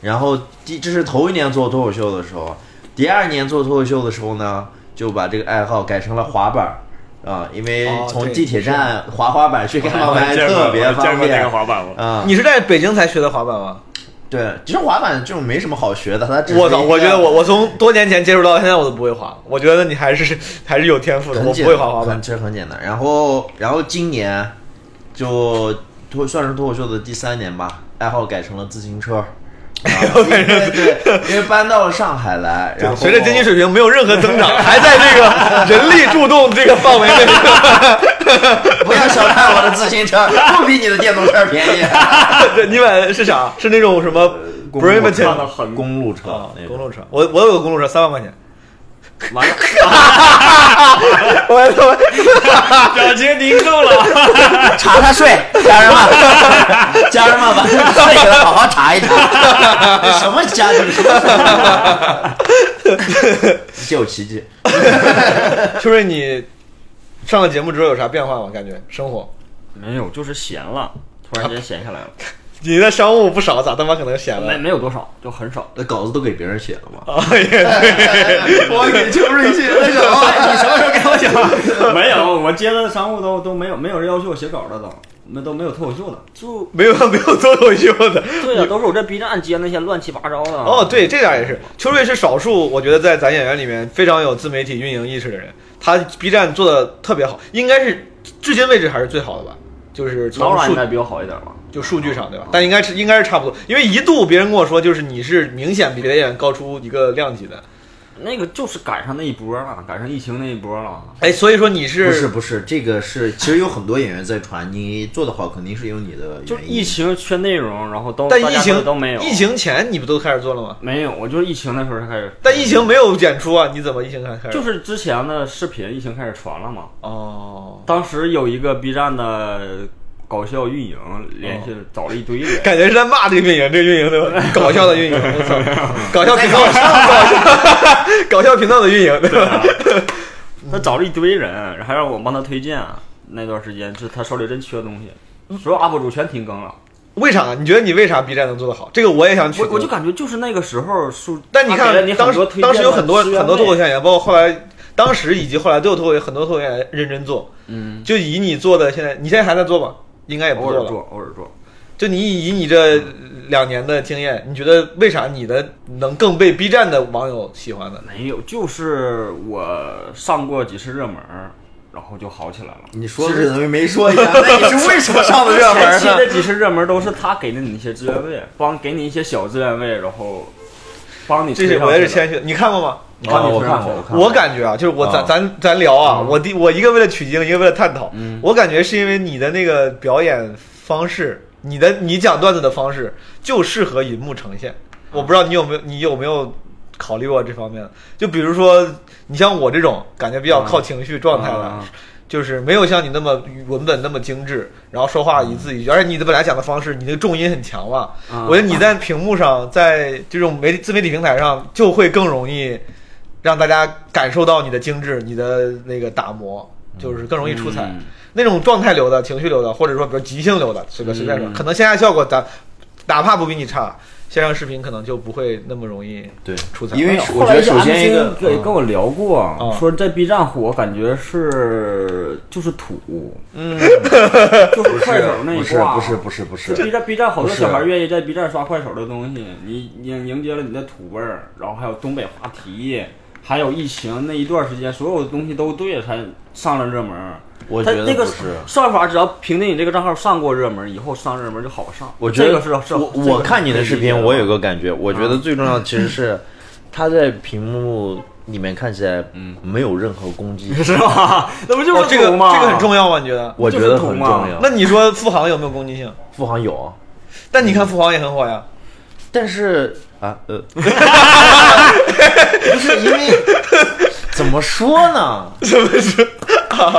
Speaker 6: 然后第这是头一年做脱口秀的时候，第二年做脱口秀的时候呢，就把这个爱好改成了滑板儿。啊、因为
Speaker 2: 哦
Speaker 6: 从
Speaker 2: 对
Speaker 6: 地铁站滑滑板去看
Speaker 3: 我
Speaker 6: 慢
Speaker 3: 见过
Speaker 6: 特别
Speaker 3: 我见
Speaker 6: 方
Speaker 3: 过那
Speaker 6: 便
Speaker 3: 个滑板我
Speaker 6: 啊、
Speaker 2: 你是在北京才学的滑板吗？
Speaker 6: 对，其实滑板这种没什么好学的，它只是
Speaker 2: 我操！
Speaker 6: 一个
Speaker 2: 我觉得我我从多年前接触到现在我都不会滑，我觉得你还是 <laughs> 还是有天赋的。
Speaker 6: 很
Speaker 2: 我
Speaker 6: 简
Speaker 2: 不会滑滑
Speaker 6: 很
Speaker 2: 板，
Speaker 6: 其实很简单。然后，然后今年就脱算是脱口秀的第三年吧，爱好改成了自行车。啊因为对，因为搬到了上海来，然后
Speaker 2: 随着经济水平没有任何增长，还在这 <laughs> 个人力助动这个范围内。 <laughs>
Speaker 6: 不要小看我的自行车，不比你的电动车便宜。
Speaker 2: 对你买的是啥？是那种什么 b r i m i t i
Speaker 3: 看
Speaker 2: n
Speaker 3: 到很
Speaker 6: 公路车
Speaker 2: 啊，
Speaker 6: 那种
Speaker 2: 公路车，我我有个公路车，三万块钱。
Speaker 3: 完了， <laughs>
Speaker 2: 我他妈 <laughs>
Speaker 3: 表情凝重了。
Speaker 6: 啊
Speaker 1: 查查税，家人们，家人们，把这个税给他好好查一查。这什么家庭？
Speaker 6: <laughs> 就奇迹。
Speaker 2: 秋瑞，你上了节目之后有啥变化吗？感觉生活？
Speaker 3: 没有，就是闲了，突然间闲下来了，
Speaker 2: 你的商务不少，咋他妈可能闲
Speaker 3: 没
Speaker 2: 了？
Speaker 3: 没有多少，就很
Speaker 2: <laughs>
Speaker 3: 少。
Speaker 6: 那稿子都给别人写了嘛？
Speaker 2: 啊也对，
Speaker 6: 我给邱瑞写的稿，你什么时候给我写？
Speaker 3: 没有，我接的商务都都没有，没有人要求我写稿的都，那都没有脱口秀的，就
Speaker 2: 没有没有脱口秀的。
Speaker 3: 对啊呀，都是我在 B 站接那些乱七八糟的。
Speaker 2: 哦，，对，这点也是，秋瑞是少数，我觉得在咱演员里面非常有自媒体运营意识的人。他 B 站做的特别好，应该是至今为止还是最好的吧。就是
Speaker 3: 老
Speaker 2: 从
Speaker 3: 软
Speaker 2: 数
Speaker 3: 应该比我好一点吧？
Speaker 2: 就数据上对吧？但应该是应该是差不多，因为一度别人跟我说，就是你是明显比别的演员高出一个量级的。
Speaker 3: 那个就是赶上那一波了，赶上疫情那一波了。
Speaker 2: 哎，所以说你是
Speaker 6: 不是不是，这个是其实有很多演员在传，你做的好肯定是有你的原因。
Speaker 3: 就是疫情缺内容，然后都
Speaker 2: 但
Speaker 3: 大
Speaker 2: 疫
Speaker 3: 家
Speaker 2: 情
Speaker 3: 都没有，
Speaker 2: 疫情前你不都开始做了吗？
Speaker 3: 没有，我就是疫情那时候才开始。
Speaker 2: 但疫情没有演出啊，你怎么疫情才开始？
Speaker 3: 就是之前的视频，疫情开始传了嘛。
Speaker 2: 哦，
Speaker 3: 当时有一个 B 站的搞笑运营，连续找了一堆人，
Speaker 2: 感觉是在骂这个运营，这个运营对吧？搞笑的运
Speaker 3: <laughs>
Speaker 2: 营，我操，搞笑频道，搞笑 <laughs> 搞笑频道的运营对
Speaker 3: 啊
Speaker 2: 吧？
Speaker 3: 他找了一堆人，还让我帮他推荐。那段时间是他手里真缺东西，所有 UP 主全停更了。
Speaker 2: 为啥？你觉得你为啥 B 站能做得好？这个我也想取
Speaker 3: 我
Speaker 2: 经。
Speaker 3: 我就感觉就是那个时候数，
Speaker 2: 但你
Speaker 3: 他给了
Speaker 2: 看
Speaker 3: 你，
Speaker 2: 当
Speaker 3: 很多
Speaker 2: 时
Speaker 3: 推荐的
Speaker 2: 当时有很多
Speaker 3: 资源
Speaker 2: 很多脱口秀
Speaker 3: 类
Speaker 2: 演员，包括后来当时以及后来都有脱口很多脱口秀演员认真做。
Speaker 3: 嗯，
Speaker 2: 就以你做的，现在你现在还在做吧？应该也不
Speaker 3: 偶
Speaker 2: 做
Speaker 3: 尔
Speaker 2: 了。
Speaker 3: 做，偶尔做。
Speaker 2: 就你以以你这两年的经验，你觉得为啥你的能更被 B 站的网友喜欢呢？
Speaker 3: 没有，就是我上过几次热门儿，然后就好起来了。
Speaker 6: 你说是等于没说一样，那你是为什么上的热门
Speaker 1: <laughs>
Speaker 3: 前期
Speaker 6: 呢？
Speaker 3: 的几次热门都是他给的你一些资源位，帮给你一些小资源位，然后帮你
Speaker 2: 这
Speaker 3: 推上去
Speaker 2: 是
Speaker 3: 的。
Speaker 2: 我也是谦虚，你看过吗？
Speaker 3: 你看
Speaker 6: 哦
Speaker 3: 你
Speaker 6: 我
Speaker 3: 推上
Speaker 6: 看
Speaker 3: 去
Speaker 6: 过
Speaker 3: 的
Speaker 6: 我看过
Speaker 2: 我感觉啊，就是我咱、
Speaker 6: 啊
Speaker 2: 咱咱聊啊，我第我一个为了取经，一个为了探讨。
Speaker 6: 嗯
Speaker 2: 我感觉是因为你的那个表演方式，你的你讲段子的方式就适合银幕呈现。我不知道你有没有你有没有考虑过这方面？就比如说你像我这种感觉比
Speaker 6: 嗯
Speaker 2: 较靠情绪状态的。
Speaker 3: 啊
Speaker 2: 就是没有像你那么文本那么精致，然后说话一字一句，而且你的本来讲的方式，你那个重音很强嘛。
Speaker 3: 嗯啊
Speaker 2: 我觉得你在屏幕上，在这种媒自媒体平台上，就会更容易让大家感受到你的精致，你的那个打磨，就是更容易出彩。
Speaker 3: 嗯
Speaker 2: 那种状态流的、情绪流的，或者说比如即兴流的，随便随便说，可能线下效果咱哪怕不比你差，线上视频可能就不会那么容易
Speaker 6: 对
Speaker 2: 出彩，
Speaker 6: 因为
Speaker 3: 后
Speaker 6: 我觉
Speaker 3: 来
Speaker 6: 得
Speaker 3: 就
Speaker 6: 首
Speaker 3: 安
Speaker 6: 先一
Speaker 3: 星
Speaker 6: 个，嗯
Speaker 3: 对跟我聊过，
Speaker 2: 嗯
Speaker 3: 说在 B 站火，感觉是就是土， <laughs>
Speaker 2: 嗯，
Speaker 3: 就是快手那
Speaker 6: 不
Speaker 3: 一
Speaker 6: 是
Speaker 3: 挂，
Speaker 6: 不是不是不是
Speaker 3: 就 B
Speaker 6: 不是，
Speaker 3: 站 B 站好多
Speaker 6: 不是
Speaker 3: 小孩愿意在 B 站刷快手的东西，你你迎接了你的土味儿，然后还有东北话题，还有疫情那一段时间，所有的东西都对才上了热门儿。
Speaker 6: 我
Speaker 3: 它
Speaker 6: 觉得
Speaker 3: 那个
Speaker 6: 不是
Speaker 3: 算法，只要评定你这个账号上过热门，以后上热门就好上。
Speaker 6: 我觉得
Speaker 3: 这个是是，
Speaker 6: 我
Speaker 3: 这个是
Speaker 6: 我看你的视频，
Speaker 2: 啊
Speaker 3: 可以理解
Speaker 6: 我有个感觉，我觉得最重要的其实
Speaker 2: <laughs>
Speaker 6: 是他在屏幕里面看起来
Speaker 3: 嗯
Speaker 6: 没有任何攻击，
Speaker 3: 是吧？ <laughs> 那不就
Speaker 2: 哦
Speaker 3: 是
Speaker 2: 这个
Speaker 3: 土吗
Speaker 2: 这个很重要吗？你觉得？
Speaker 6: 我觉得很重
Speaker 3: 就是土
Speaker 6: 要。
Speaker 2: 那你说富
Speaker 6: <laughs>
Speaker 2: 航有没有攻击性？
Speaker 6: 富航有，
Speaker 2: 啊但你看富航也很火呀，
Speaker 6: 但是啊呃，不是因为怎么说呢？
Speaker 2: 是不是？
Speaker 6: 怎么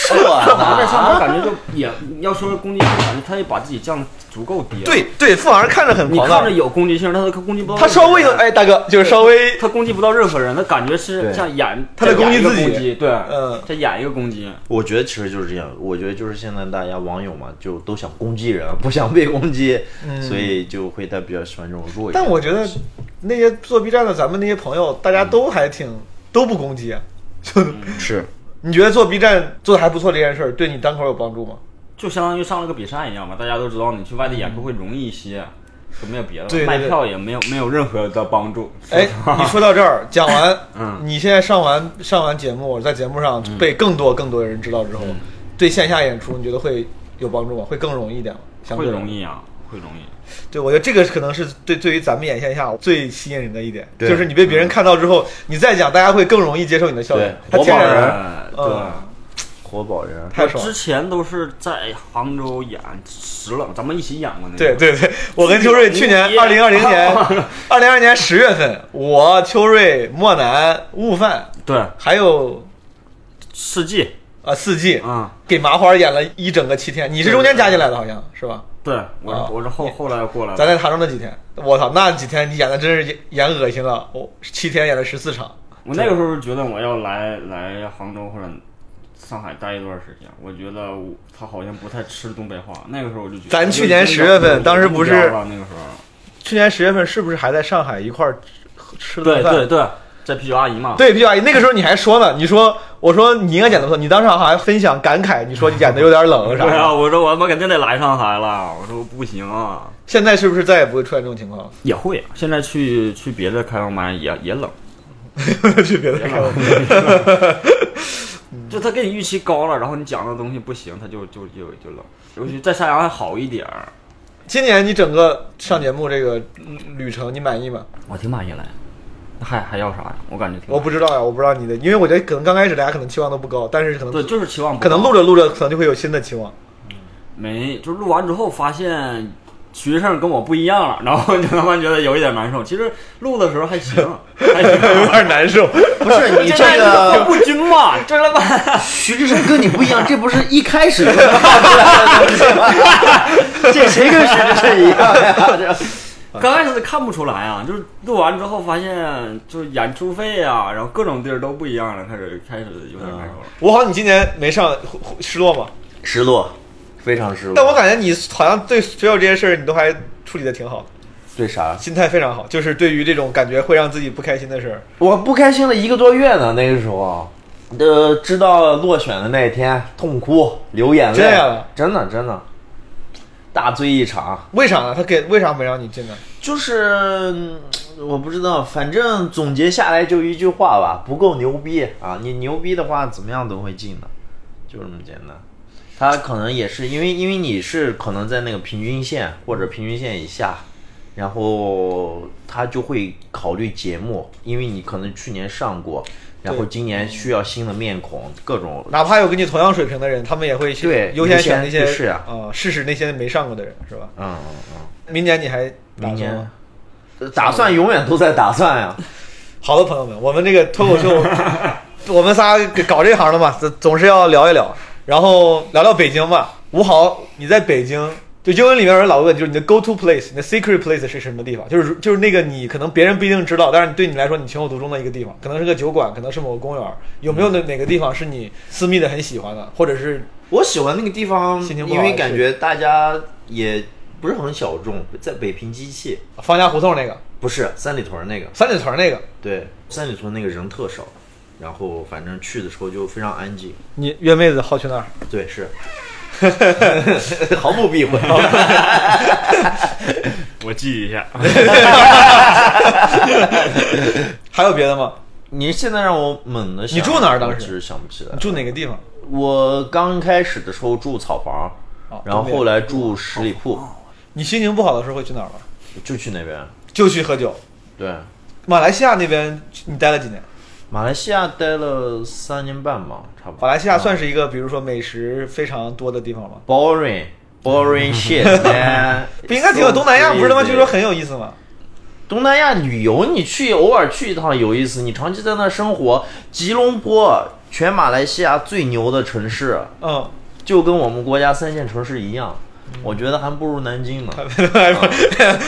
Speaker 6: 说
Speaker 3: 拿在上面
Speaker 6: 呢？
Speaker 3: 感觉就也要说攻击性，感觉他也把自己降得足够低了。，
Speaker 2: 对对，富航看着很
Speaker 3: 你
Speaker 2: 狂
Speaker 3: 看着
Speaker 2: 的，
Speaker 3: 有攻击性，但是他攻击不到任何
Speaker 2: 他
Speaker 3: 人。
Speaker 2: 稍微 <laughs> 有哎，大哥就是稍微
Speaker 3: 他攻击不到任何人，他感觉是
Speaker 6: 对
Speaker 3: 像演
Speaker 2: 他在
Speaker 3: 在
Speaker 2: 攻击
Speaker 3: 演一个
Speaker 2: 自己
Speaker 3: 攻击对，
Speaker 2: 嗯
Speaker 3: 在演一个攻击。
Speaker 6: <laughs> 我觉得其实就是这样，我觉得就是现在大家网友嘛，就都想攻击人，不想被攻击，
Speaker 1: 嗯
Speaker 6: 所以就会他比较喜欢这种弱一点。
Speaker 2: <laughs> 但我觉得那些做 B 站的咱们那些朋友，大家都还挺、都不攻击、啊， <laughs> 就、
Speaker 6: 嗯是
Speaker 2: 你觉得做 B 站做的还不错这件事儿，对你单口有帮
Speaker 6: <laughs>
Speaker 2: 助吗？
Speaker 3: 就相当于上了个比赛一样嘛，大家都知道你去外地演出会容易一些，就没有别的了，
Speaker 2: 嗯对对
Speaker 3: 卖
Speaker 2: 对
Speaker 3: 票也没有没有任何的帮助。
Speaker 2: 哎，你说到这儿，讲
Speaker 6: <laughs>
Speaker 2: 完，
Speaker 3: 嗯
Speaker 2: 你现在上完上完节目，在节目上被更多更多的人知道之后，
Speaker 6: 嗯
Speaker 2: 对线下演出你觉得会有帮助吗？会更容易一点吗？相
Speaker 3: 会
Speaker 2: 对
Speaker 3: 容。易啊，会容易。
Speaker 2: 对，我觉得这个可能是对对于咱们演线下最吸引人的一点，
Speaker 6: 对
Speaker 2: 就是你被
Speaker 3: 嗯
Speaker 2: 别人看到之后，你再讲，大家会更容易接受你的笑点。
Speaker 6: 对
Speaker 2: 他天
Speaker 6: 活宝
Speaker 2: 然
Speaker 6: 人
Speaker 3: 呃
Speaker 2: 嗯
Speaker 3: 对，
Speaker 6: 活宝人，
Speaker 2: 太
Speaker 3: 我
Speaker 2: 爽了
Speaker 3: 之。前都是在杭州演石冷，咱们一起演过那个。
Speaker 2: 对对对，我跟秋瑞去年二零二零年，二零二年十月份，我秋瑞、莫南、悟饭，
Speaker 3: 对，
Speaker 2: 还有
Speaker 3: 世纪
Speaker 2: 呃四季，
Speaker 3: 啊，
Speaker 2: 给麻花演了一整个七天。你是中间加进来的，好像是吧？
Speaker 3: 对我
Speaker 2: 啊
Speaker 3: 是我是后后来过来的。
Speaker 2: 咱在台中那几天，我操，那几天你演的真是演演恶心了。我七天演了十四场，
Speaker 3: 我那个时候觉得我要来来杭州或者上海待一段时间，我觉得我他好像不太吃东北话。那个时候我就觉得，
Speaker 2: 咱去年10月份当时不是
Speaker 3: 有目标了那个时候，
Speaker 2: 去年十月份是不是还在上海一块儿吃吃了
Speaker 3: 对
Speaker 2: 顿饭？
Speaker 3: 对对，在啤酒阿姨嘛，
Speaker 2: <laughs> 对，毕阿姨，那个时候你还说呢，你说我说你应该演的不错，你当时好像分享感慨，你说你演的有点冷
Speaker 3: <laughs>
Speaker 2: 啥
Speaker 3: 对
Speaker 2: 的。
Speaker 3: 啊，我说我他妈肯定得来上海了，我说不行啊，
Speaker 2: 现在是不是再也不会出现这种情况了？ <laughs>
Speaker 3: 也会啊，现在去去别的开放麦也也冷，
Speaker 2: 去别的
Speaker 3: 也
Speaker 2: 地方
Speaker 3: <laughs> 冷。就他给你预期高了，然后你讲的东西不行，他就就就就冷。尤其在山阳还好一点儿，
Speaker 2: 今年你整个上节目这个嗯旅程，你满意吗？
Speaker 3: 我挺满意了，还还要啥呀？我感觉挺满意
Speaker 2: 我不知道呀，我不知道你的，因为我觉得可能刚开始大家可能期望都不高，但是可
Speaker 3: 对，
Speaker 2: 能
Speaker 3: 就是期望不
Speaker 2: 可能
Speaker 3: 高
Speaker 2: 录着录着可能就会有新的期望。
Speaker 3: 没，就录完之后发现学生跟我不一样了，然后就他妈觉得有一点难受。其实录的时候还行，还行。
Speaker 2: 点难
Speaker 3: <laughs>
Speaker 2: 受，
Speaker 6: 不是你
Speaker 3: 现
Speaker 6: 这
Speaker 3: 在
Speaker 6: <laughs> 个
Speaker 3: 不均 <laughs> 嘛，这他妈
Speaker 1: 徐志胜跟你不一样，这不是一开始就能看出来的东西吗？ <laughs> 这谁跟徐志胜一样呀？这
Speaker 3: 刚开始看不出来啊，就是录完之后发现，就是演出费啊，然后各种地儿都不一样了，开始开始有点难受了。
Speaker 2: 我好像你今年没上，会会失落吗？
Speaker 6: <laughs> 失落，非常失落。
Speaker 2: 但我感觉你好像对所有这些事儿你都还处理的挺好，
Speaker 6: 对啥？
Speaker 2: 心态非常好，就是对于这种感觉会让自己不开心的事儿，
Speaker 6: 我不开心了一个多月呢，那个时候，呃，知道落选的那一天，痛哭流眼泪，
Speaker 2: 这样啊
Speaker 6: 真的真的，大醉一场。
Speaker 2: 为啥呢？他给为啥没让你进呢？
Speaker 6: 就是嗯我不知道，反正总结下来就一句话吧，不够牛逼啊！你牛逼的话，怎么样都会进的，就这么简单。他可能也是因为，因为你是可能在那个平均线或者平均线以下，然后他就会考虑节目，因为你可能去年上过，然后
Speaker 2: 对
Speaker 6: 今年需要新的面孔，各种
Speaker 2: 哪怕有跟你同样水平的人，他们也会去
Speaker 6: 对
Speaker 2: 优先选那些
Speaker 6: 优先去试啊
Speaker 2: 呃试试那些没上过的人，是吧？
Speaker 6: 嗯嗯嗯，
Speaker 2: 明年你还打
Speaker 6: 明
Speaker 2: 算
Speaker 6: 年
Speaker 2: 吗？
Speaker 6: 打算永远都在打算啊
Speaker 2: <laughs>
Speaker 6: 呀、
Speaker 2: 好的，朋友们，我们这个脱
Speaker 6: <laughs>
Speaker 2: 口秀，我们仨搞这行的嘛，总总是要聊一聊，然后聊聊北京吧。吴豪，你在北京就英文里面有人老问，就是你的 go to place，你的 secret place 是什么地方？就是就是那个你可能别人不一定知道，但是对你来说你情有独钟的一个地方，可能是个酒馆，可能是某个公园，有没有
Speaker 6: 嗯
Speaker 2: 哪哪个地方是你私密的很喜欢的，或者是
Speaker 6: 我喜欢那个地方，
Speaker 2: 心情不好
Speaker 6: 因为感觉大家也不是很小众，在北平机器
Speaker 2: 方家胡同那个
Speaker 6: 不是三里屯那个，
Speaker 2: 三里屯那个？
Speaker 6: 对，三里屯那个人特少，然后反正去的时候就非常安静，
Speaker 2: 你约妹子好去那儿？
Speaker 6: 对，
Speaker 3: <laughs>
Speaker 6: 是，毫不避讳，
Speaker 3: 我记一下。
Speaker 2: 还有别的吗？
Speaker 6: 你现在让我猛的想，
Speaker 2: 你住哪儿当时
Speaker 6: 我只是想不起来
Speaker 2: 你。住哪个地方？
Speaker 6: 我刚开始的时候住草房，然后后来住十里铺，
Speaker 2: 你心情不好的时候会去哪儿玩？
Speaker 6: 就去那边。哦
Speaker 2: 就去喝酒。
Speaker 6: 对，
Speaker 2: 马来西亚那边你待了几年？
Speaker 6: 马来西亚待了三年半吧，差不多。
Speaker 2: 马来西亚算是一个，比如说美食非常多的地方吗？
Speaker 6: boring boring <laughs> shit <laughs> man，
Speaker 2: 不应该挺有东南亚，不是他妈据说很有意思吗？
Speaker 6: 东南亚旅游，你去偶尔去一趟有意思，你长期在那生活，吉隆坡全马来西亚最牛的城市，
Speaker 2: 嗯，
Speaker 6: 就跟我们国家三线城市一样，我觉得还不如南京呢。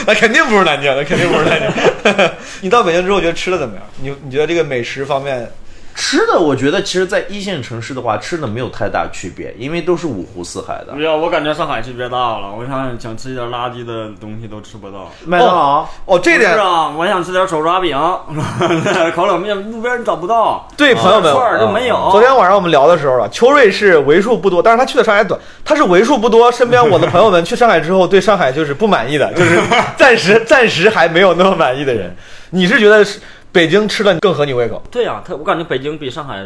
Speaker 2: 那肯定不是南京，那
Speaker 6: <laughs>
Speaker 2: 肯定不是 <laughs> 南京。你到北京之后，觉得吃的怎么样？你你觉得这个美食方面，
Speaker 6: 吃的，我觉得其实，在一线城市的话，吃的没有太大区别，因为都是五湖四海的
Speaker 3: 不。要，我感觉上海区别大了，我想想吃一点垃圾的东西都吃不到。
Speaker 6: 麦当劳、
Speaker 2: 哦，这点
Speaker 3: 不是啊，我想吃点手抓饼、 <laughs> 烤冷面，路边儿你找不到，啊
Speaker 2: 对朋友们
Speaker 3: 串。儿就没有。
Speaker 2: 哦
Speaker 6: 啊
Speaker 2: 昨天晚上我们聊的时候啊，秋瑞是为数不多，但是他去的上海短，他是为数不多身边我的朋友们去上海之后对上海就是不满意的，就是暂时暂时还没有那么满意的人。你是觉得是北京吃的更合你胃口？
Speaker 3: 对呀、他我感觉北京比上海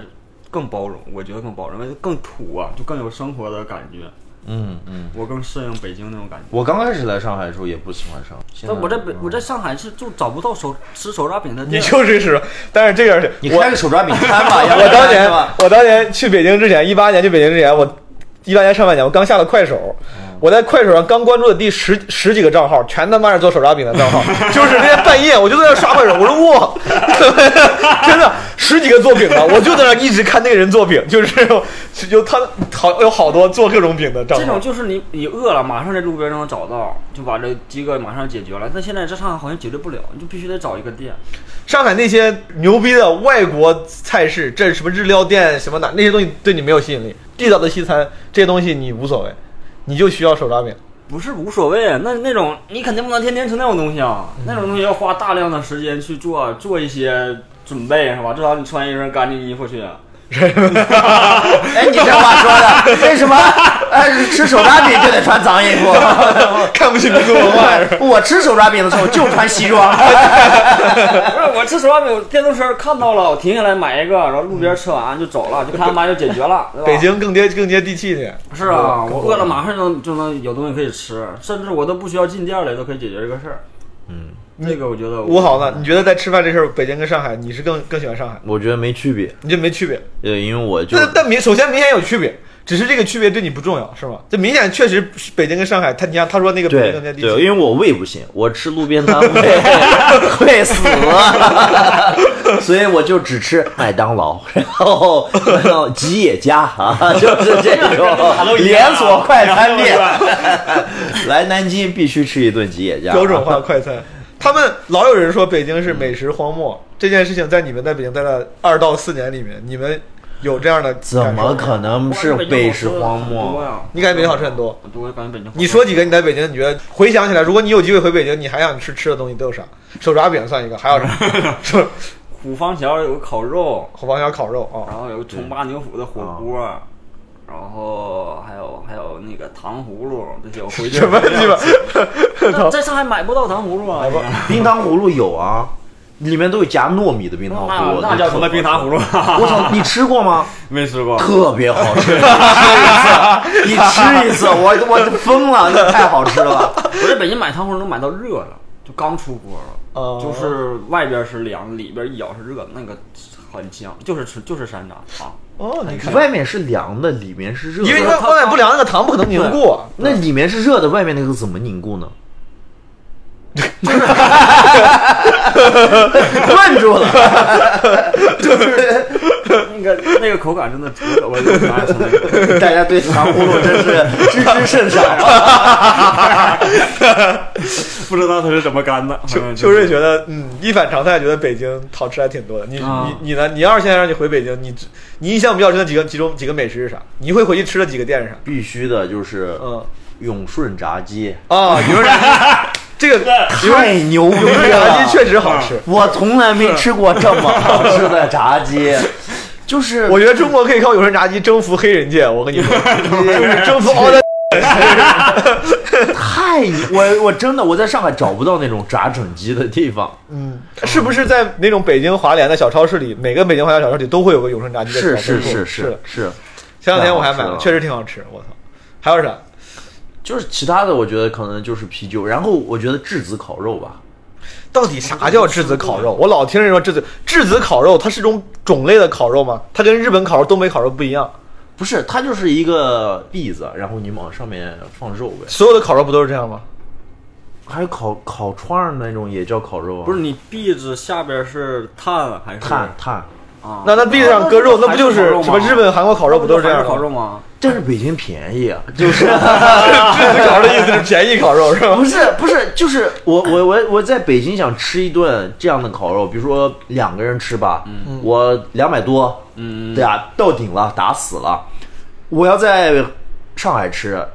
Speaker 3: 更包容，我觉得更包容，更土啊，就更有生活的感觉。
Speaker 6: 嗯嗯，
Speaker 3: 我更适应北京那种感觉。
Speaker 6: 我刚开始来上海的时候也不喜欢上海，现嗯
Speaker 3: 但我在北，我在上海是就找不到手吃手抓饼的地
Speaker 2: 你
Speaker 3: 儿。
Speaker 2: 就是是，但是这个是
Speaker 6: 你
Speaker 2: 我
Speaker 6: 开个手抓饼摊吧， <laughs> 要不
Speaker 2: 我
Speaker 6: 然
Speaker 2: 当年
Speaker 6: 是吧
Speaker 2: 我当年去北京之前，一八年去北京之前，我一八年上半年我刚下了快手，我在快手上刚关注的第十十几个账号，全他妈是做手抓饼的账号，就是那天半夜我就在那刷快手，我说哇，真的十几个做饼的，我就在那一直看那个人做饼，就是有他好有好多做各种饼的账
Speaker 3: 这
Speaker 2: 号
Speaker 3: 种。就是你你饿了，马上在路边就能找到，就把这饥饿马上解决了。但现在在上海好像解决不了，你就必须得找一个店。
Speaker 2: 上海那些牛逼的外国菜式，这什么日料店什么哪那些东西对你没有吸引力，地道的西餐这些东西你无所谓，你就需要手抓饼。
Speaker 3: 不是无所谓，那那种你肯定不能天天吃那种东西啊，
Speaker 2: 嗯
Speaker 3: 那种东西要花大量的时间去做做一些准备，是吧？至少你穿一身干净衣服去。啊
Speaker 6: 哎，你这话说的，为什么？哎，吃手抓饼就得穿脏衣服？ <laughs>
Speaker 2: <laughs> 看不起民族文化是吧？
Speaker 6: 我吃手抓饼的时候就穿西装。
Speaker 3: <laughs> 不是我吃手抓饼，电动车看到了，我停下来买一个，然后路边吃完就走了，就看他妈就解决了，对吧？
Speaker 2: 北京嗯更接更接地气一点。
Speaker 3: 是啊，我饿了马上就能就能有东西可以吃，甚至我都不需要进店里都可以解决这个事儿。嗯，这个我觉得
Speaker 2: 吴豪呢？你觉得在吃饭这事儿，北京跟上海，你是更更喜欢上海？
Speaker 6: 我觉得没区别，
Speaker 2: 你这没区别。
Speaker 6: 呃，因为 <laughs> 我就
Speaker 2: 但但明首先明显有区别，只是这个区别对你不重要，是吗？这明显确实是北京跟上海，他你像他说那个北
Speaker 6: 对
Speaker 2: 京更接地
Speaker 6: 对，因
Speaker 2: 气。
Speaker 6: 为我胃不行，我吃路边摊
Speaker 3: <laughs>
Speaker 6: 会会死， <laughs> 所以我就只吃麦当劳，然后然后吉野家啊，就是这
Speaker 3: <laughs>
Speaker 6: 种
Speaker 3: 啊
Speaker 6: 连锁快餐店。 <laughs> 来南京必须吃一顿吉野家，啊
Speaker 2: <laughs> 标准化快餐，他们老有人说北京是美食荒漠，这件事情在你们在北京待了二到四年里面，你们有这样的感受
Speaker 6: 怎么可能是北食荒
Speaker 3: 哇
Speaker 6: 漠？啊
Speaker 2: 你感觉北京好吃很多？
Speaker 3: 北京好吃很多呀，我感觉北京。
Speaker 2: 你说几个你在北京，你觉得回想起来，如果你有机会回北京，你还想吃吃的东西都有啥？手抓饼算一个，还有啥？
Speaker 6: <laughs>
Speaker 2: 是
Speaker 3: 虎坊桥有个烤肉，
Speaker 2: 火王窑烤肉啊、
Speaker 3: 然后有个重八牛府的火锅，然后还有还有那个糖葫芦这些，我回去
Speaker 2: 什么鸡巴？
Speaker 3: 那在上海买不到糖葫芦啊，
Speaker 6: 冰糖葫芦有啊，里面都有夹糯米的冰糖葫
Speaker 3: 那
Speaker 6: 芦，
Speaker 3: 那叫什么冰糖葫芦？啊
Speaker 6: <laughs> 我操，你吃过吗？
Speaker 3: 没吃过。
Speaker 6: 特别好 <laughs> 吃，你吃一次，你吃一次，我我疯了，那太好吃了。
Speaker 3: 我在北京买糖葫芦能买到热的，就刚出锅
Speaker 2: 哦
Speaker 3: 了，就是外边是凉，里边一咬是热的，那个很香，就是吃就是山楂啊糖。
Speaker 2: 哦，你看，
Speaker 6: 外面是凉的，里面是热的，
Speaker 2: 因为外外面不凉，那个糖不可能凝固啊。
Speaker 6: 那里面是热的，外面那个怎么凝固呢？
Speaker 1: 困住了，
Speaker 3: 那个那个口感真的，我我就很爱吃那个。
Speaker 1: 大家对糖葫芦真是知之甚少啊。
Speaker 3: <laughs> 不知道它是怎么干的。
Speaker 2: 秋秋瑞觉得，嗯，一反常态，觉得北京好吃还挺多的。你、
Speaker 3: 啊
Speaker 2: 你你呢？你要是现在让你回北京，你你印象比较深的几个其中几个美食是啥？你会回去吃的几个店是啥？
Speaker 6: <laughs> 必须的就是
Speaker 2: 嗯
Speaker 6: 永顺炸鸡，
Speaker 2: 啊，牛肉炸鸡，这个
Speaker 1: 太牛逼
Speaker 2: 牛肉炸
Speaker 1: 了！
Speaker 2: 鸡确实好
Speaker 6: 嗯
Speaker 2: 吃。
Speaker 1: 我从来没吃过这么好吃的炸
Speaker 6: <laughs>
Speaker 1: 鸡，就是
Speaker 2: 我觉得中国可以靠永顺炸鸡征服黑人界，我跟你说，就是征服澳大
Speaker 6: 太我我真的我在上海找不到那种炸整鸡的地方，
Speaker 2: 是不是在那种北京华联的小超市里，每个北京华联小超市里都会有个永顺炸鸡的
Speaker 6: 是
Speaker 2: 小
Speaker 6: 是
Speaker 2: 店铺
Speaker 6: 是
Speaker 2: 是
Speaker 6: 是。是，
Speaker 2: 前两天我还买
Speaker 6: 太
Speaker 2: 了，
Speaker 6: 好吃了
Speaker 2: 确实挺好吃。我操，还有啥？
Speaker 6: 就是其他的我觉得可能就是啤酒，然后我觉得质子烤肉吧，
Speaker 2: 到底啥叫质子烤肉？我老听人说质子质子烤肉，它是种种类的烤肉吗？它跟日本烤肉、东北烤肉不一样，
Speaker 6: 不是它就是一个篦子，然后你往上面放肉呗，
Speaker 2: 所有的烤肉不都是这样吗？
Speaker 6: 还有烤烤串儿那种也叫烤肉啊，
Speaker 3: 不是你篦子下边是炭还是
Speaker 6: 炭炭，
Speaker 3: 啊？
Speaker 2: 那那篦子上搁哦肉，那不就是
Speaker 3: 那不就是烤肉吗
Speaker 2: 什么日本、韩国烤肉不都是这样
Speaker 3: 那不就烤
Speaker 2: 的
Speaker 3: 肉
Speaker 2: 吗？
Speaker 3: 吗？
Speaker 6: 但是北京便宜啊，就是。
Speaker 2: 质子烤肉的意思是便宜烤肉是吧
Speaker 6: 不？是 <laughs> 不是，就是我我我我在北京想吃一顿这样的烤肉，比如说两个人吃吧，我两百多，
Speaker 3: 嗯
Speaker 6: 对啊，到顶了，打死了。我要在上海吃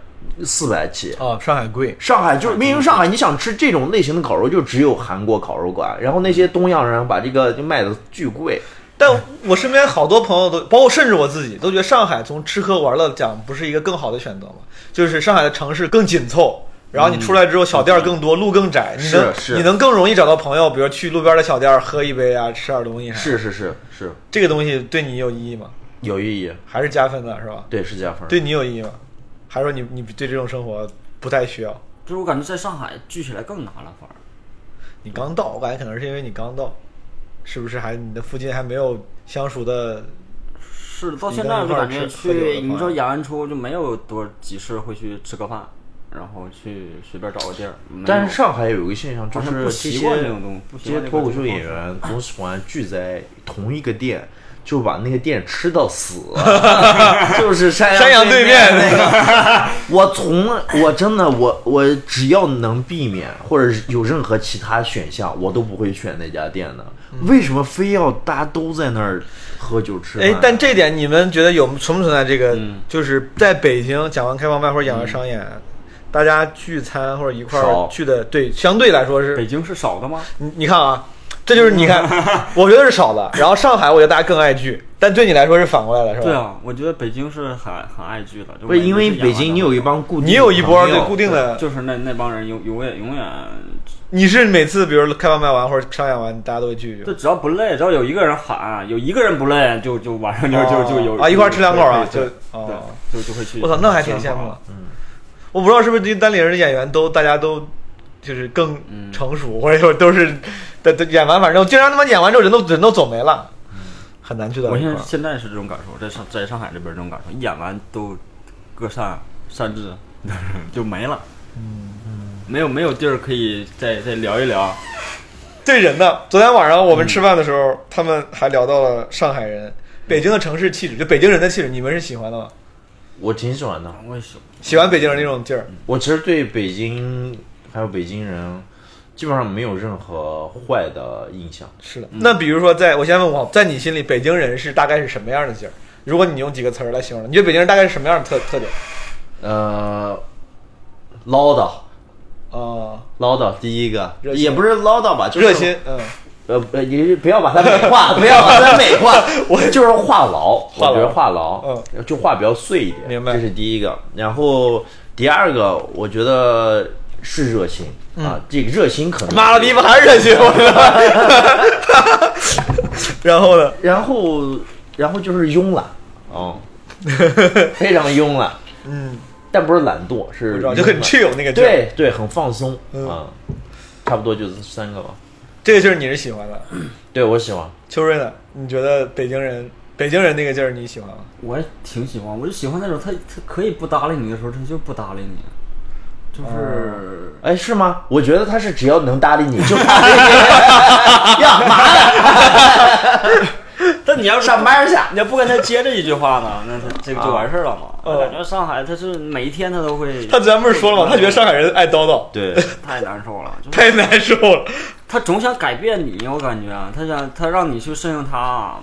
Speaker 6: 四百起，
Speaker 2: <laughs> 哦，上海贵，
Speaker 6: 上海就是明明上海，你想吃这种类型的烤肉，就只有韩国烤肉馆，然后那些东洋人把这个就卖的巨贵。
Speaker 2: 但我身边好多朋友都，包括甚至我自己，都觉得上海从吃喝玩乐讲不是一个更好的选择吗？就是上海的城市更紧凑，然后你出来之后小店儿更多，路更窄，你
Speaker 6: 是
Speaker 2: 能
Speaker 6: 是
Speaker 2: 你能更容易找到朋友，比如去路边的小店儿喝一杯啊，吃点东西啥的。
Speaker 6: 是是是是，
Speaker 2: 这个东西对你有意义吗？
Speaker 6: 有意义，
Speaker 2: 还是加分的是吧？
Speaker 6: 对是加分。
Speaker 2: 对你有意义吗？还是说你你对这种生活不太需要？
Speaker 3: 就是我感觉在上海聚起来更难了，反而。
Speaker 2: 你刚到，我感觉可能是因为你刚到，是不是还你的附近还没有相熟的？
Speaker 3: 是的到
Speaker 2: 你
Speaker 3: 现
Speaker 2: 跟
Speaker 3: 在
Speaker 2: 一
Speaker 3: 我就
Speaker 2: 块儿
Speaker 3: 感觉
Speaker 2: 吃喝酒的
Speaker 3: 去，
Speaker 2: 话
Speaker 3: 你说延安出就没有多几次会去吃个饭，然后去随便找个地儿。没有
Speaker 6: 但是上海有一个现象，就
Speaker 3: 好像
Speaker 6: 是
Speaker 3: 不
Speaker 6: 这
Speaker 3: 习
Speaker 6: 些
Speaker 3: 惯这种东西不习
Speaker 6: 这些
Speaker 3: 惯
Speaker 6: 脱口秀
Speaker 3: 这个
Speaker 6: 演
Speaker 3: 方
Speaker 6: 员总喜欢聚在同一个店，就把那个店吃到死，
Speaker 3: <laughs>
Speaker 6: 就是山
Speaker 2: 山羊
Speaker 6: 羊
Speaker 2: 对
Speaker 6: 面
Speaker 2: 面
Speaker 6: 那个。 <laughs> 我从来我真的我我只要能避免或者是有任何其他选项，我都不会选那家店的。
Speaker 3: 嗯
Speaker 6: 为什么非要大家都在那儿喝酒吃饭？
Speaker 3: 啊
Speaker 2: 哎，但这点你们觉得有存不存在这个？
Speaker 3: 嗯
Speaker 2: 就是在北京讲完开放麦或者演完商演，大家聚餐或者一块儿
Speaker 6: 少
Speaker 2: 聚的，对，相对来说是
Speaker 3: 北京是少的吗？
Speaker 2: 你你看啊，这就是
Speaker 3: <laughs>
Speaker 2: 你看，我觉得是少的。然后上海，我觉得大家更爱聚，但对你来说是反过来了，是吧？
Speaker 3: 对啊，我觉得北京是很很爱聚的。就
Speaker 6: 不是
Speaker 3: 每次
Speaker 6: 因为
Speaker 3: 去
Speaker 6: 北
Speaker 3: 演完
Speaker 6: 京你有一帮固定，
Speaker 2: 你有一波对固定的，
Speaker 3: 就是那那帮人永永远永远，
Speaker 2: 你是每次比如开放麦完或者商演完，大家都会聚一哦
Speaker 3: 就
Speaker 2: 聚。
Speaker 3: 只要不累，只要有一个人喊，有一个人不累，就就晚上就
Speaker 2: 哦
Speaker 3: 就就有
Speaker 2: 啊一块儿吃两口啊
Speaker 3: 对
Speaker 2: 就
Speaker 3: 对
Speaker 2: 哦
Speaker 3: 对就就会去。
Speaker 2: 我操，那还挺羡慕的。嗯，我不知道是不是这单立人的演员都大家都就是更成熟，或者说都是的的演完，反正经常他妈演完之后人都人都走没了，很难去到
Speaker 3: 我
Speaker 2: 一
Speaker 3: 现
Speaker 2: 块
Speaker 3: 在
Speaker 2: 儿。
Speaker 3: 现在是这种感受，在上在上海这边这种感受，一演完都 <laughs> 各散散至，就没了。嗯，没有没有地儿可以再再聊一聊。
Speaker 2: 对人呢，昨天晚上我们吃饭的时候，他们还聊到了上海人、北京的城市气质，就北京人的气质，你们是喜欢的吗？
Speaker 6: 我挺喜欢的。
Speaker 3: 为什么？
Speaker 2: 喜欢北京人那种劲儿，
Speaker 6: 我其实对北京还有北京人，基本上没有任何坏的印象。
Speaker 2: 是的。那比如说在，我先问我，在你心里，北京人是大概是什么样的劲儿？如果你用几个词儿来形容，你觉得北京人大概是什么样的特特点？
Speaker 6: 呃，唠叨，
Speaker 2: 啊、
Speaker 6: 唠叨，第一个
Speaker 2: 热心
Speaker 6: 也不是唠叨吧，就是
Speaker 2: 热心，，嗯，
Speaker 6: 呃，不你不要把它美
Speaker 2: <laughs>
Speaker 6: 化，不要把它美化，我就是话痨，
Speaker 2: 话痨
Speaker 6: 我觉得话痨，嗯，就话比较碎一点，
Speaker 2: 明白
Speaker 6: 这是第一个。然后第二个，我觉得是热心、啊，这个热心可能
Speaker 2: 嗯妈了逼吧，还是热心，我操然后呢？
Speaker 6: 然后然后就是慵懒，
Speaker 2: <laughs>
Speaker 6: 哦，非常慵懒，
Speaker 2: 嗯，
Speaker 6: 但不是懒惰，是
Speaker 2: 知道就很
Speaker 6: 慵懒
Speaker 2: chill 那个劲儿，
Speaker 6: 对对，很放松
Speaker 2: 嗯
Speaker 6: 啊，差不多就三个吧。
Speaker 2: 这个劲儿你是喜欢 <laughs> 的。
Speaker 6: 对我喜欢，
Speaker 2: 秋瑞呢？你觉得北京人北京人那个劲儿你喜欢吗？
Speaker 3: 我也挺喜欢，我就喜欢那种他他可以不搭理你的时候，他就不搭理你，就是
Speaker 6: 哎，是吗？我觉得他是只要能搭理你就搭理 <laughs>
Speaker 2: <laughs>
Speaker 9: 呀妈
Speaker 3: 但你要是
Speaker 9: 上班去，
Speaker 3: 你要不跟他接这一句话呢，那他这个就完事儿了嘛。我感觉上海他是每一天他都会，
Speaker 2: 他咱们说了嘛，他觉得上海人爱叨 <laughs> 叨，
Speaker 6: 对，
Speaker 3: 太难受了，就是
Speaker 2: 太难受了。
Speaker 3: 他总想改变你，我感觉啊他想他让你去适应他。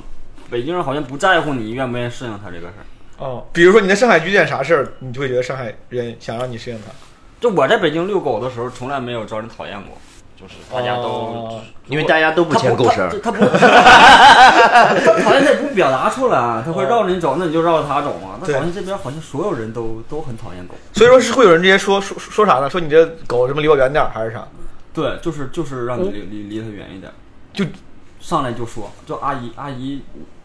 Speaker 3: 北京人好像不在乎你愿不愿意适应他这个事儿。
Speaker 2: 哦，比如说你在上海遇见啥事儿，你就会觉得上海人想让你适应他。
Speaker 3: 就我在北京遛狗的时候，从来没有招人讨厌过，就是大家都
Speaker 2: 哦
Speaker 6: 因为大家都不
Speaker 3: 他
Speaker 6: 牵
Speaker 3: 不
Speaker 6: 狗绳儿。
Speaker 3: 他他不， <laughs> 他讨厌他也不表达出来，啊他会绕着你走，那你就绕着他走嘛。那
Speaker 2: 对
Speaker 3: 好像这边好像所有人都都很讨厌狗，
Speaker 2: 所以说是会有人直接说说说啥呢？说你这狗什么离我远点儿还是 <laughs> 啥？
Speaker 3: 对，就是就是让你离离离他远一点，
Speaker 2: 就
Speaker 3: 上来就说，就阿姨阿姨，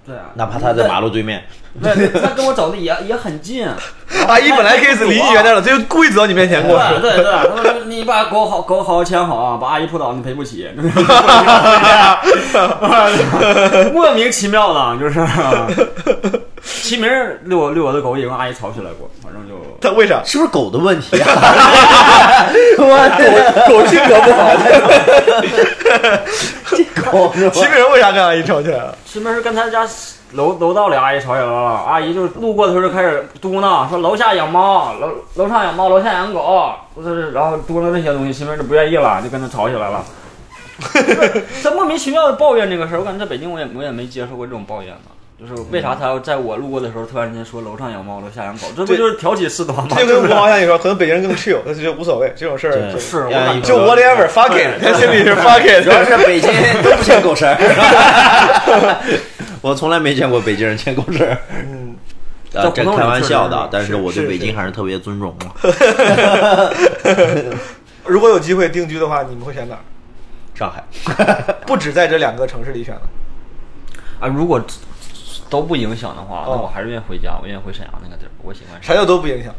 Speaker 3: 对啊，
Speaker 6: 哪怕他在马路对面，
Speaker 3: 对，他跟我走的也也很近，
Speaker 2: 阿姨本来可以离你远点儿了，他就故意走到你面前跟我
Speaker 3: 对
Speaker 2: 说。
Speaker 3: 对对，他说你把狗好狗好好牵好啊，把阿姨扑倒你赔不起， <laughs> 莫名其妙的，啊就是。齐明儿遛我遛我的狗也跟阿姨吵起来过，反正就
Speaker 2: 他为 <laughs> 啥？
Speaker 6: 是不是狗的问题 <laughs> 啊？
Speaker 2: 狗性格不好，
Speaker 6: 狗是吧
Speaker 2: 齐明为啥跟阿姨吵起 <laughs> 来了？
Speaker 3: 齐明儿是跟他家楼楼道里阿姨吵起来了，阿姨就路过的时候就开始嘟囔说楼下养猫，楼楼上养猫，楼下养狗，就是然后嘟囔这些东西，齐明儿就不愿意了，就跟他吵起来了。他莫名其妙的抱怨这个事儿，我感觉在北京我也我也没接受过这种抱怨吧。就是为啥他要在我路过的时候突然间说楼上养猫，楼下养狗，这不
Speaker 2: 对
Speaker 3: 就是挑起事端吗？
Speaker 2: 这
Speaker 3: 对
Speaker 2: 就跟
Speaker 3: 不
Speaker 2: 吴
Speaker 3: 对
Speaker 2: 航像你说，可能北京人更 chill，他就觉得无所 <laughs> 谓这种事儿
Speaker 6: 对
Speaker 3: <laughs>
Speaker 2: 就，
Speaker 3: 是我
Speaker 6: 呀
Speaker 3: 感觉
Speaker 2: 就 whatever fuck it，他心里 <laughs> 是 fuck
Speaker 6: 主要
Speaker 2: it。
Speaker 6: 是北京都不牵狗 <laughs> 绳儿。我从来没见过北京人牵狗绳儿。
Speaker 2: 嗯
Speaker 6: 呃，这
Speaker 3: 普通人
Speaker 6: 开玩笑的
Speaker 3: 确实
Speaker 6: 啊
Speaker 3: 是，
Speaker 6: 但是我对
Speaker 2: 是
Speaker 6: 北
Speaker 2: 是
Speaker 6: 京还是特别尊重嘛。
Speaker 2: 如果有机会定居的话，你们会选哪儿？
Speaker 6: 上海，
Speaker 2: <laughs> 不止在这两个城市里选了。
Speaker 3: 啊，如果都不影响的话，那
Speaker 2: 哦
Speaker 3: 我还是愿意回家，我愿意回沈阳那个地儿，我喜欢沈阳。
Speaker 2: 啥叫都不影响。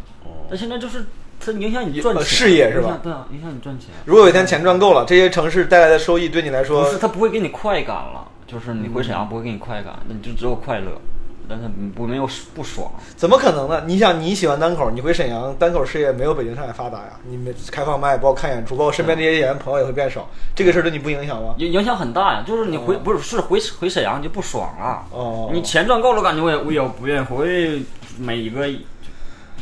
Speaker 3: 那现在就是它影响你赚钱、
Speaker 2: 呃事业是吧
Speaker 3: 影响对啊，影响你赚钱。
Speaker 2: 如果有一天钱赚够了，这些城市带来的收益对你来
Speaker 3: 不
Speaker 2: 说
Speaker 3: 是，它不会给你快感了，就是你回沈
Speaker 2: 嗯
Speaker 3: 阳不会给你快感，那你就只有快乐，但它不没有不爽。
Speaker 2: 怎么可能呢？你想你喜欢单口，你回沈阳单口事业没有北京、上海发达呀。你们开放麦，包括看演出，包括身边这些演员朋友也会变少，
Speaker 10: 嗯
Speaker 2: 这个事儿对你不影响吗？
Speaker 3: 影影响很大呀，就是你回、不是是回回沈阳你就不爽了。
Speaker 2: 哦
Speaker 3: 你钱赚够了，感觉我也我也不愿意回，每一个一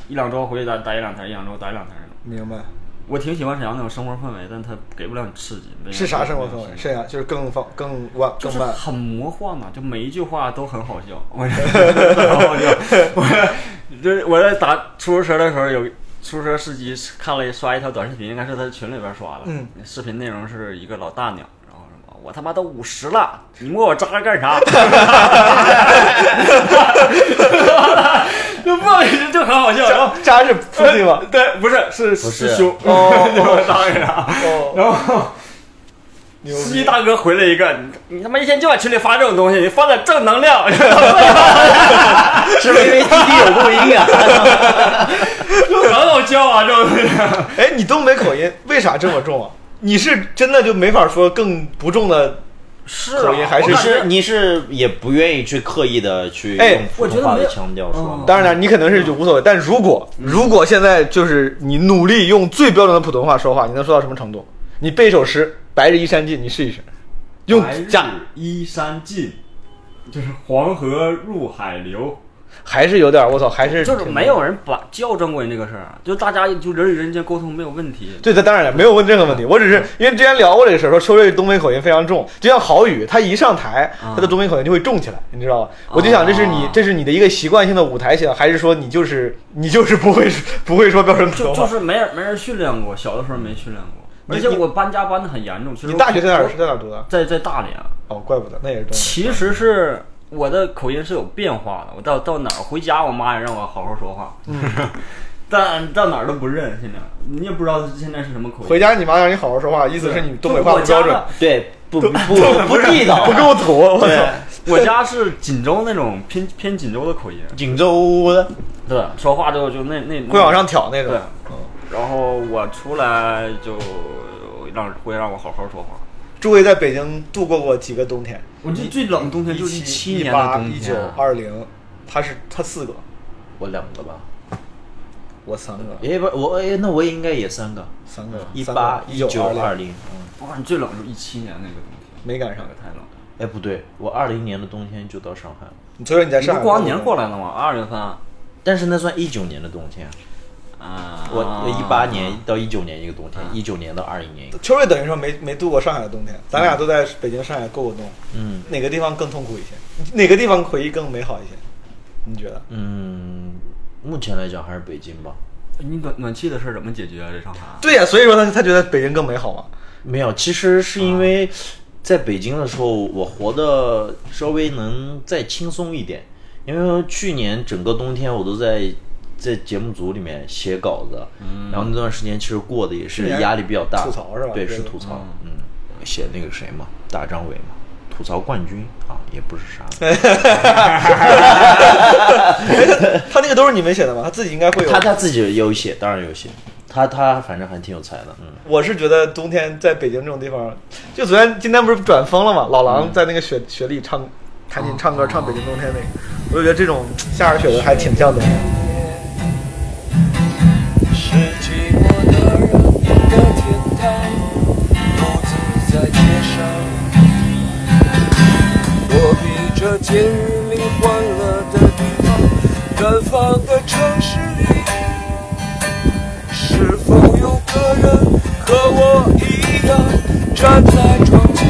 Speaker 3: 一两周回去待待一两天，一两周待一两天那种。
Speaker 2: 明白。
Speaker 3: 我挺喜欢沈阳那种生活氛围，但它给不了你刺激。没有
Speaker 2: 是啥生活氛
Speaker 3: 没有
Speaker 2: 围？
Speaker 3: 刺激
Speaker 2: 沈阳就是更放、更晚、
Speaker 3: 就
Speaker 2: 更
Speaker 3: 是
Speaker 2: 慢。
Speaker 3: 很魔幻嘛，就每一句话都很好 <laughs> 笑，我很好笑。我就是我在打出租车的时候，有出租车司机看了一刷一条短视频，应该是他群里边刷的。
Speaker 2: 嗯，
Speaker 3: 视频内容是一个老大娘，然后什么，我他妈都五十了，你摸我渣儿干 <laughs> 啥？就莫名就很好笑，然后。
Speaker 2: 渣是夫妻 <laughs> 吗？
Speaker 3: 对，不是是
Speaker 6: 是
Speaker 3: 师兄 <laughs> 哦，你摸我渣干啥？
Speaker 2: 哦
Speaker 3: 然后
Speaker 2: 牛
Speaker 3: 司
Speaker 2: 逼
Speaker 3: 机！大哥回了一个，你你他妈一天就往群里发这种东西，你发点正能量，
Speaker 6: 是不是因 <laughs> 为滴滴有录音啊？
Speaker 3: 就很好笑啊，这种东西。
Speaker 2: 哎，你东北口音为啥这么重啊？你是真的就没法说更不重的？
Speaker 3: 是啊
Speaker 2: 口音还
Speaker 6: 你
Speaker 2: 是
Speaker 6: 是你是也不愿意去刻意的去
Speaker 2: 哎
Speaker 6: 用普通话的腔调说吗？
Speaker 2: 当然了，你可能是就无所谓。但如果
Speaker 3: 嗯
Speaker 2: 如果现在就是你努力用最标准的普通话说话，你能说到什么程度？你背一首诗《白日依山尽》，你试一试，用假
Speaker 3: 依山尽，就是黄河入海流。
Speaker 2: 还是有点儿我操，还是
Speaker 3: 就是
Speaker 2: 挺
Speaker 3: 没有人把校正过你这个事儿，就大家就人与人间沟通没有问题。
Speaker 2: 对，他当然了，没有问任何问题。我只是因为之前聊过这个事儿，说秋瑞东北口音非常重，就像郝宇，他一上台，他的东北口音就会重起来，你知道吧？我就想，这是你
Speaker 3: 哦
Speaker 2: 这是你的一个习惯性的舞台型，还是说你就是 <laughs> 你就是不会不会说标准普
Speaker 3: 就
Speaker 2: 通
Speaker 3: 就
Speaker 2: 话？
Speaker 3: 是没人没人训练过，小的时候没训练过，
Speaker 2: 你
Speaker 3: 而且
Speaker 2: 你
Speaker 3: 我搬家搬的很严重。其实
Speaker 2: 你
Speaker 3: 我
Speaker 2: 大学在哪儿？是在哪儿读的？
Speaker 3: 在在大连，啊
Speaker 2: 哦，怪不得那也是东北。
Speaker 3: 其实是我的口音是有变化的。我到到哪儿回家，我妈也让我好好说话，
Speaker 2: 嗯
Speaker 3: 但到哪儿都不认。现在你也不知道现在是什么口音。
Speaker 2: 回家你妈让你好好说话，意思是你东北话
Speaker 3: 我
Speaker 2: 不标
Speaker 3: 家
Speaker 2: 准
Speaker 3: 的，
Speaker 6: 对，不不不地道，
Speaker 2: <laughs> 不啊够土。我操 <laughs>
Speaker 6: 对，
Speaker 3: 我家是锦州那种偏偏锦州的口音，
Speaker 6: 锦州的
Speaker 3: 对，说话就就那那
Speaker 2: 会往上挑那种嗯
Speaker 3: 对。然后我出来就让会让我好好说话。
Speaker 2: 诸位在北京度过过几个冬天？
Speaker 3: 我最最冷的冬天就是
Speaker 2: 一
Speaker 3: 七
Speaker 2: 一
Speaker 3: 年的
Speaker 2: 八、
Speaker 3: 冬啊
Speaker 2: 一九
Speaker 3: 天，、
Speaker 2: 二零，他是他四个。
Speaker 6: 我两个吧，
Speaker 2: 我三个，
Speaker 10: 也不我哎，那我也应该也三个，
Speaker 2: 三个，
Speaker 10: 一
Speaker 2: 三
Speaker 10: 八
Speaker 2: 个、
Speaker 10: 一九、
Speaker 2: 20
Speaker 10: 二零。
Speaker 3: 我感觉最冷就是一七年那个冬天，
Speaker 2: 没赶上
Speaker 3: 那个太冷了。
Speaker 10: 哎，不对，我二零年的冬天就到上海了，
Speaker 2: 你所以说你在
Speaker 3: 你
Speaker 2: 上
Speaker 3: 不
Speaker 2: 海
Speaker 3: 过完年过来了吗？二月份啊，
Speaker 10: 但是那算一九年的冬天，啊我
Speaker 2: 啊
Speaker 3: 我
Speaker 10: 一八年到一九年一个冬天，一九年到二零年一个。
Speaker 2: 秋瑞等于说没没度过上海的冬天，咱俩都在北京、上海过过冬，
Speaker 10: 嗯
Speaker 2: 哪个地方更痛苦一些？哪个地方回忆更美好一些？你觉得？
Speaker 10: 嗯，目前来讲还是北京吧。
Speaker 3: 你暖暖气的事儿怎么解决啊？这上海
Speaker 2: 对呀、所以说他他觉得北京更美好嘛。
Speaker 10: 没有，其实是因
Speaker 2: 啊
Speaker 10: 为在北京的时候，我活得稍微能再轻松一点，因为去年整个冬天我都在在节目组里面写稿子，然后那段时间其实过得也是压力比较大，
Speaker 2: 嗯吐槽是吧
Speaker 10: 对，
Speaker 2: 这
Speaker 10: 是
Speaker 2: 个
Speaker 10: 吐槽，嗯，写那个谁嘛，大张伟嘛。吐槽冠军啊，也不是啥，
Speaker 2: 他那个都是你们写的吗？他自己应该会有。
Speaker 10: 他他自己也有写，当然有写，他他反正还挺有才的，嗯，
Speaker 2: 我是觉得冬天在北京这种地方，就昨天今天不是转风了嘛？老狼在那个雪雪里唱，弹琴唱歌唱北京冬天那个，我就觉得这种下着雪的还挺像的。
Speaker 4: 是寂寞的人的天堂，独自在街上。我披着节日里欢乐的地方，远方的城市里，是否有个人和我一样站在窗前，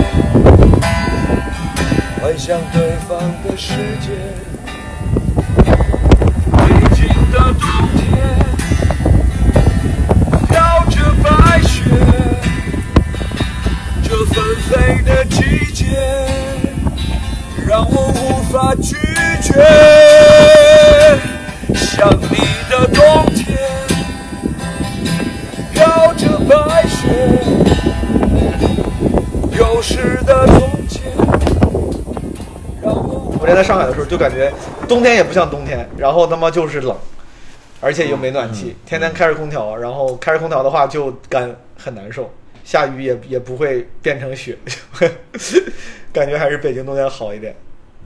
Speaker 4: 幻想对方的世界？北京的冬天。飘着白雪，这纷飞的季节让我无法拒绝。想你的冬天，飘着白雪，丢失的从前，让我无
Speaker 2: 我之前在上海的时候就感觉冬天也不像冬天，然后他妈就是冷，而且又没暖气，天天开着空调，然后开着空调的话就干很难受，下雨也也不会变成雪， <laughs> 感觉还是北京冬天好一点。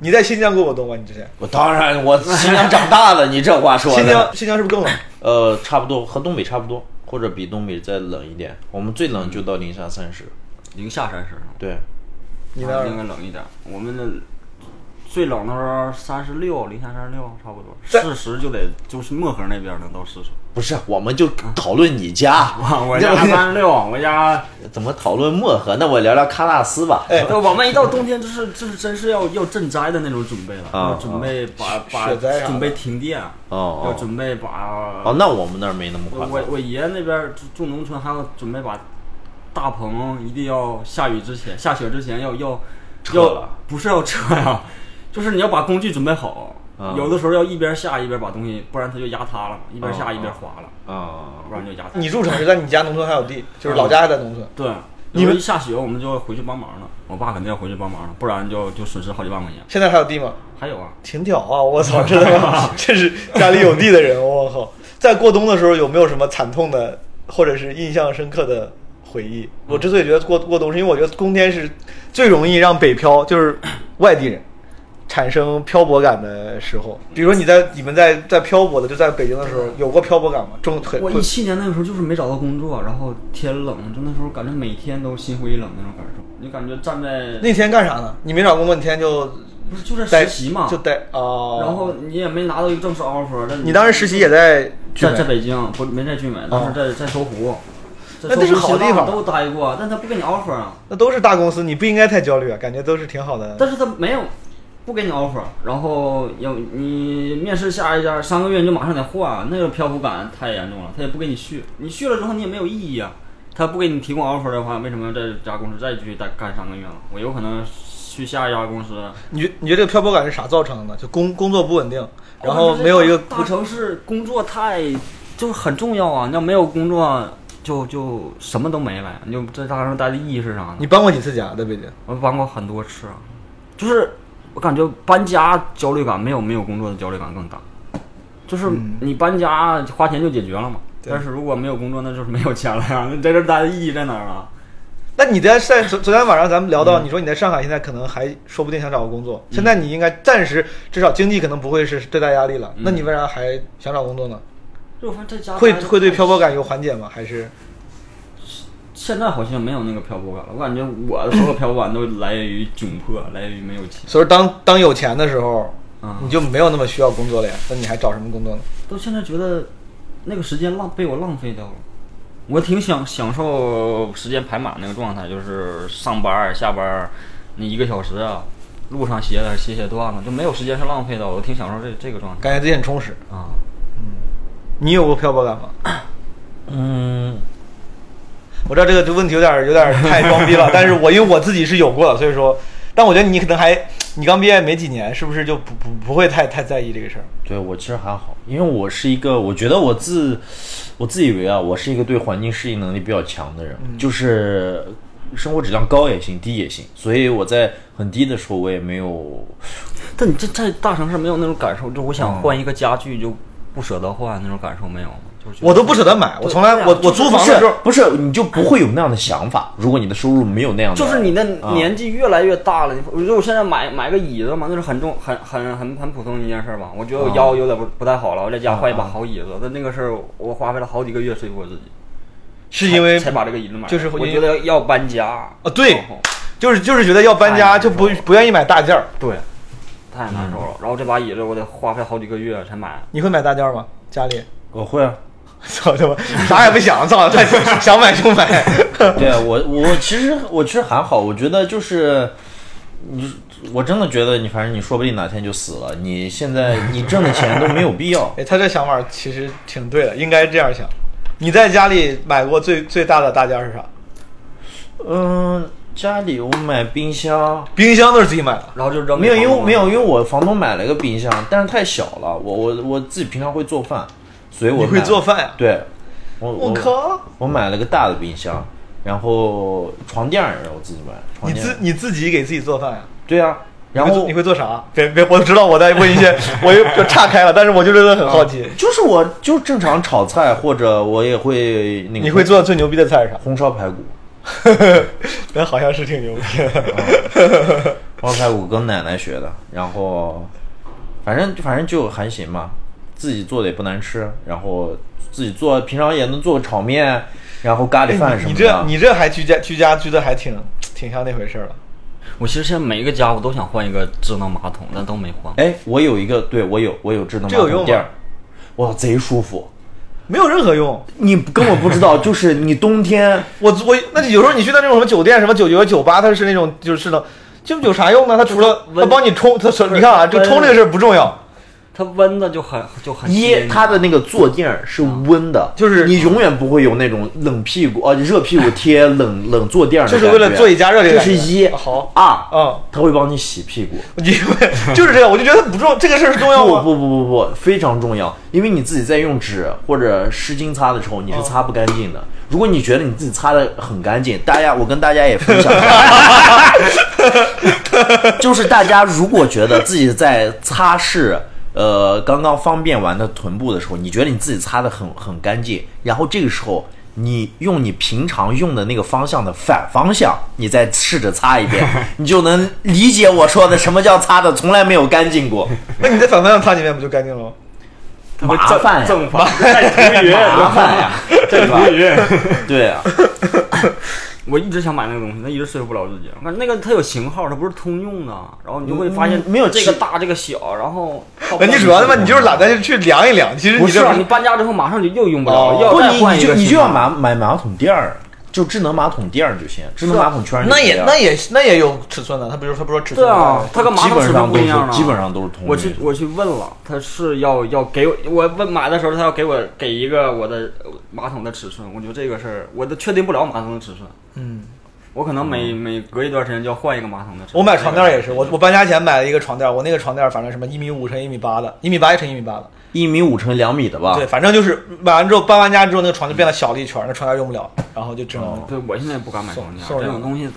Speaker 2: 你在新疆过过冬吗？你之前
Speaker 10: 我当然我新疆长大了，你这话说的，
Speaker 2: 新疆新疆是不是更冷？
Speaker 10: <laughs> 呃，差不多和东北差不多，或者比东北再冷一点。我们最冷就到零下三十。
Speaker 3: 零下三十，
Speaker 10: 对，
Speaker 2: 你那
Speaker 3: 那
Speaker 2: 儿
Speaker 3: 应该冷一点。我们的最冷的时候三十六，零下三十六差不多，
Speaker 2: 在
Speaker 3: 四十就得就是漠河那边能到四十。
Speaker 10: 不是，我们就讨论你家，
Speaker 3: 我家三十六，我家
Speaker 10: 怎么讨论漠河？那我聊聊喀纳斯吧。
Speaker 2: 哎
Speaker 3: 对，我们一到冬天，就是就是真是要要赈灾的那种准备了，
Speaker 10: 啊
Speaker 3: 要准备把把
Speaker 2: 雪灾啥的
Speaker 3: 准备停电，
Speaker 10: 哦
Speaker 3: 要准备把
Speaker 10: 哦，那我们那儿没那么
Speaker 3: 我
Speaker 10: 夸
Speaker 3: 我
Speaker 10: 张。
Speaker 3: 我爷那边儿住住农村，还要准备把大棚一定要下雨之前、下雪之前要要
Speaker 10: 撤
Speaker 3: 要
Speaker 10: 了
Speaker 3: 不是要撤呀、就是你要把工具准备好。
Speaker 10: 啊
Speaker 3: 有的时候要一边下一边把东西，不然它就压塌了嘛，一
Speaker 10: 哦
Speaker 3: 边下一边滑了，
Speaker 10: 啊，
Speaker 3: 不然就压塌。
Speaker 2: 你住城市，但你家农村还有地，就是老家还在农村。
Speaker 3: 对，
Speaker 2: 你
Speaker 3: 因
Speaker 2: 们
Speaker 3: 为一下雪我们就回去帮忙了，我爸肯定要回去帮忙了，不然就就损失好几万块钱。
Speaker 2: 现在还有地吗？
Speaker 3: 还有啊，
Speaker 2: 挺屌啊！
Speaker 3: <laughs>
Speaker 2: 我操，真的吗？这是家里有地的人，我靠！在过冬的时候有没有什么惨痛的或者是印象深刻的回忆？
Speaker 3: 嗯
Speaker 2: 我之所以觉得过过冬，是因为我觉得冬天是最容易让北漂，就是外地人产生漂泊感的时候。比如说你在你们在在漂泊的，就在北京的时候，有过漂泊感吗？中很
Speaker 3: 我
Speaker 2: 会
Speaker 3: 一七年那个时候就是没找到工作，然后天冷，就那时候感觉每天都心灰意冷那种感受，你感觉站在
Speaker 2: 那天干啥呢？你没找工作，你天天就
Speaker 3: 不是就在
Speaker 2: 待
Speaker 3: 实习嘛，
Speaker 2: 就待哦。
Speaker 3: 然后你也没拿到一个正式 offer，但
Speaker 2: 你当时实习也在聚
Speaker 3: 在
Speaker 2: 美
Speaker 3: 在北京，不是没在聚美，但
Speaker 2: 哦
Speaker 3: 是在在搜狐，在
Speaker 2: 那这是
Speaker 3: 搜狐
Speaker 2: 好地
Speaker 3: 新浪
Speaker 2: 方嗯
Speaker 3: 都待过，但他不给你 offer 啊，
Speaker 2: 那都是大公司，你不应该太焦虑啊，感觉都是挺好的。
Speaker 3: 但是他没有不给你 offer，然后要你面试下一家三个月你就马上得换，那个漂浮感太严重了，他也不给你续，你续了之后你也没有意义啊，他不给你提供 offer 的话，为什么要在这家公司再继续待干三个月呢？我有可能去下一家公司。
Speaker 2: 你觉你觉得这个漂泊感是啥造成的呢？就工工作不稳定，然
Speaker 3: 我
Speaker 2: 后
Speaker 3: 感觉
Speaker 2: 没有一个
Speaker 3: 哦大大城市工作太就是很重要啊！你要没有工作，就就什么都没了。你就在大城市待的意义是啥呢？
Speaker 2: 你搬过几次家在北京？
Speaker 3: 我搬过很多次啊，就是我感觉搬家焦虑感没有没有工作的焦虑感更大。就是你搬家花钱就解决了嘛，
Speaker 2: 对
Speaker 3: 但是如果没有工作，那就是没有钱了呀。那在这儿待的意义在哪儿啊？
Speaker 2: 那你在在昨昨天晚上咱们聊到，你说你在上海现在可能还说不定想找个工作，现在你应该暂时至少经济可能不会是最大压力了，那你为啥还想找工作呢？
Speaker 3: 就我发现在家
Speaker 2: 会
Speaker 3: 待着
Speaker 2: 会对
Speaker 3: 太
Speaker 2: 漂泊感有缓解吗？还是
Speaker 3: 现在好像没有那个漂泊感了，我感觉我的所有漂泊感都来源于窘迫，来源于没有钱。
Speaker 2: 所以说当当有钱的时候，
Speaker 3: 嗯
Speaker 2: 你就没有那么需要工作了呀？那你还找什么工作呢？
Speaker 3: 到现在觉得那个时间浪被我浪费掉了。我挺享享受时间排满那个状态，就是上班儿下班儿，那一个小时啊，路上写点写写段子，就没有时间是浪费到的。我挺享受这这个状态
Speaker 2: 感觉自己很充实。
Speaker 3: 啊。
Speaker 2: 你有过漂泊感
Speaker 3: <coughs>
Speaker 2: 吗？
Speaker 11: 嗯，
Speaker 2: 我知道这个这问题有点儿有点儿太
Speaker 3: <laughs>
Speaker 2: 装逼了，但是我因为我自己是有过的，所以说，但我觉得你可能还你刚毕业没几年，是不是就不不不会太太在意这个事儿？
Speaker 10: 对我其实还好，因为我是一个，我觉得我自我自以为啊，我是一个对环境适应能力比较强的人，就是生活质量高也行，低也行，所以我在很低的时候，我也没有
Speaker 3: 但你这在大城市没有那种感受，就我想换一个家具就不舍得换那种感受没有吗？就是觉得
Speaker 2: 我都不舍得买，我从来我我租房
Speaker 10: 不
Speaker 2: 的时
Speaker 10: 啊是
Speaker 2: 候，
Speaker 10: 不是，你就不会有那样的想法。如果你的收入没有那样的，
Speaker 3: 就是你的
Speaker 10: 啊
Speaker 3: 年纪越来越大了，你我觉得我现在买买个椅子嘛，那是很重、很很很很普通的一件事儿吧。我觉得我腰有点不不太好了，我在家换一把好椅子，但那个事儿我花费了好几个月说服我自己，
Speaker 2: 是因为
Speaker 3: 才才把哦这个椅子买了。
Speaker 2: 就是
Speaker 3: 我
Speaker 2: 因为
Speaker 3: 觉得要搬家
Speaker 2: 啊对
Speaker 3: 然后
Speaker 2: 就是就是觉得要搬家
Speaker 3: 哎
Speaker 2: 就不不愿意买大件儿。
Speaker 3: 对，太难受了。然后这把椅子我得花费好几个月才买，
Speaker 2: 你会买大件儿吗？家里？
Speaker 10: 我会啊，
Speaker 2: <laughs> 操他妈，啥也不想，操，太想买就买。。
Speaker 10: 对啊我我其实我其实还好，我觉得就是你，我真的觉得你，反正你说不定哪天就死了，你现在你挣的钱都没有必要 <laughs>
Speaker 2: 哎，他这想法 <laughs> 其实挺对的，应该这样想。你在家里买过最最大的大件儿是啥？
Speaker 10: 嗯，家里我买冰箱，
Speaker 2: 冰箱都是自己买的。
Speaker 3: 然后就扔
Speaker 10: 没有，因
Speaker 3: 给朋友
Speaker 10: 为
Speaker 3: 了
Speaker 10: 没有，因为我房东买了一个冰箱，但是太小了，我我我自己平常会做饭，所以我
Speaker 2: 你会
Speaker 10: 买了
Speaker 2: 做饭呀
Speaker 10: 对，我我
Speaker 2: 我靠！
Speaker 10: 我买了个大的冰箱，然后床垫儿也是我自己买的，床
Speaker 2: 你
Speaker 10: 垫儿
Speaker 2: 自你自己给自己做饭呀、
Speaker 10: 对啊，然
Speaker 2: 你会
Speaker 10: 后
Speaker 2: 做你会做啥？别别，我知道我在问一
Speaker 10: <laughs>
Speaker 2: 些，我又就岔开了，但是我就真的很好奇，
Speaker 10: 就是我就正常炒菜，或者我也会那个
Speaker 2: 你会做的最牛逼的菜是啥？
Speaker 10: 红烧排骨， <laughs>
Speaker 2: 那好像是挺牛逼的。
Speaker 10: 红烧排骨跟奶奶学的，然后反正反正就还行吧，自己做的也不难吃，然后自己做平常也能做个炒面，然后咖喱饭什
Speaker 2: 哎你
Speaker 10: 么
Speaker 2: 这
Speaker 10: 的。
Speaker 2: 你这还居家居家居的还挺挺像那回事儿了。
Speaker 3: 我其实现在每一个家我都想换一个智能马桶，但都没换。
Speaker 10: 哎，我有一个，对我有我有智能
Speaker 2: 这
Speaker 10: 马
Speaker 2: 有用
Speaker 10: 桶垫
Speaker 2: 吗
Speaker 10: 儿，哇，贼舒服。
Speaker 2: 没有任何用，
Speaker 10: 你根本不知 <laughs> 道，就是你冬 <laughs> 天
Speaker 2: 我我那有时候你去到那种什么酒店，什么九九酒吧，它是那种就是的，就有啥用呢？它除了它帮你冲，它你看啊，就冲这个事儿不重要，
Speaker 3: 它温的就很就很吸引
Speaker 10: 一
Speaker 3: 你
Speaker 10: 它的那个坐垫儿啊是温的，
Speaker 2: 就是
Speaker 10: 你永远不会有那种冷屁股啊、热屁股贴冷 <laughs> 冷坐垫儿的
Speaker 2: 就是
Speaker 10: 感觉，
Speaker 2: 为了座椅加热这
Speaker 10: 这
Speaker 2: 个。
Speaker 10: 是一
Speaker 2: 好，
Speaker 10: 二，
Speaker 2: 嗯，
Speaker 10: 它会帮你洗屁股。
Speaker 2: 你就是这样，我就觉得不重，这个事儿是重要
Speaker 10: 不
Speaker 2: 吗？
Speaker 10: 不不不不，非常重要，因为你自己在用纸或者湿巾擦的时候，你是擦不干净的。如果你觉得你自己擦的很干净，大家我跟大家也分享一下，就是大家如果觉得自己在擦拭。呃，刚刚方便完的臀部的时候，你觉得你自己擦的很很干净，然后这个时候你用你平常用的那个方向的反方向，你再试着擦一 <laughs> 遍，你就能理解我说的什么叫擦的从来没有干净过。
Speaker 2: 那你在反方向擦几遍不就干净了吗？
Speaker 10: <laughs> 麻烦呀，
Speaker 3: 正法太云
Speaker 10: 麻烦呀，
Speaker 3: 这个月，
Speaker 10: 对啊，
Speaker 3: 我一直想买那个东西，但一直说服不了自己。我感觉那个它有型号，它不是通用的，然后你就会发现
Speaker 10: 嗯没有
Speaker 3: 这个
Speaker 10: 其
Speaker 3: 大这个小，然后到
Speaker 2: 那你主要他妈
Speaker 3: 不
Speaker 2: 你就是懒得去量一量，其实
Speaker 3: 不
Speaker 2: 你
Speaker 3: 是
Speaker 2: 这
Speaker 3: 啊你搬家之后马上就又用不了
Speaker 2: 哦
Speaker 3: 了，要
Speaker 10: 不
Speaker 3: 再
Speaker 10: 你
Speaker 3: 换
Speaker 10: 你
Speaker 3: 一
Speaker 10: 就
Speaker 3: 个
Speaker 10: 你就
Speaker 3: 型
Speaker 10: 要
Speaker 3: 号
Speaker 10: 买马马桶垫儿，就智能马桶垫儿就行，智
Speaker 3: 啊
Speaker 10: 能马桶圈儿就
Speaker 2: 那也
Speaker 10: 行
Speaker 2: 那也那也有尺寸的，他比如说他不说尺寸
Speaker 3: 对啊，它跟马
Speaker 10: 基
Speaker 3: 桶
Speaker 10: 本
Speaker 3: 尺寸
Speaker 10: 上都
Speaker 3: 不
Speaker 10: 是
Speaker 3: 一样啊
Speaker 10: 基本上都是同
Speaker 3: 我
Speaker 10: 一
Speaker 3: 去
Speaker 10: 个
Speaker 3: 我去问了，他是要要给我我问买的时候，他要给我给一个我的呃马桶的尺寸，我觉得这个事儿我都确定不了马桶的尺寸。嗯，我可能每、每隔一段时间就要换一个马桶的尺寸。
Speaker 2: 我买床垫儿也是，我我搬家前买了一个床垫儿，我那个床垫儿反正什么一米五乘一米八的，一米八乘一米八的，
Speaker 10: 一米五乘两米的吧
Speaker 3: 啊
Speaker 2: 对，，反正就是买完之后搬完家之后，那个
Speaker 3: 哦
Speaker 2: 床就变得小了一圈儿，那床垫儿用不了，然后就只能
Speaker 3: 对我现在也不敢买床垫儿，
Speaker 2: 送
Speaker 3: 啊这
Speaker 2: 人
Speaker 3: 种东西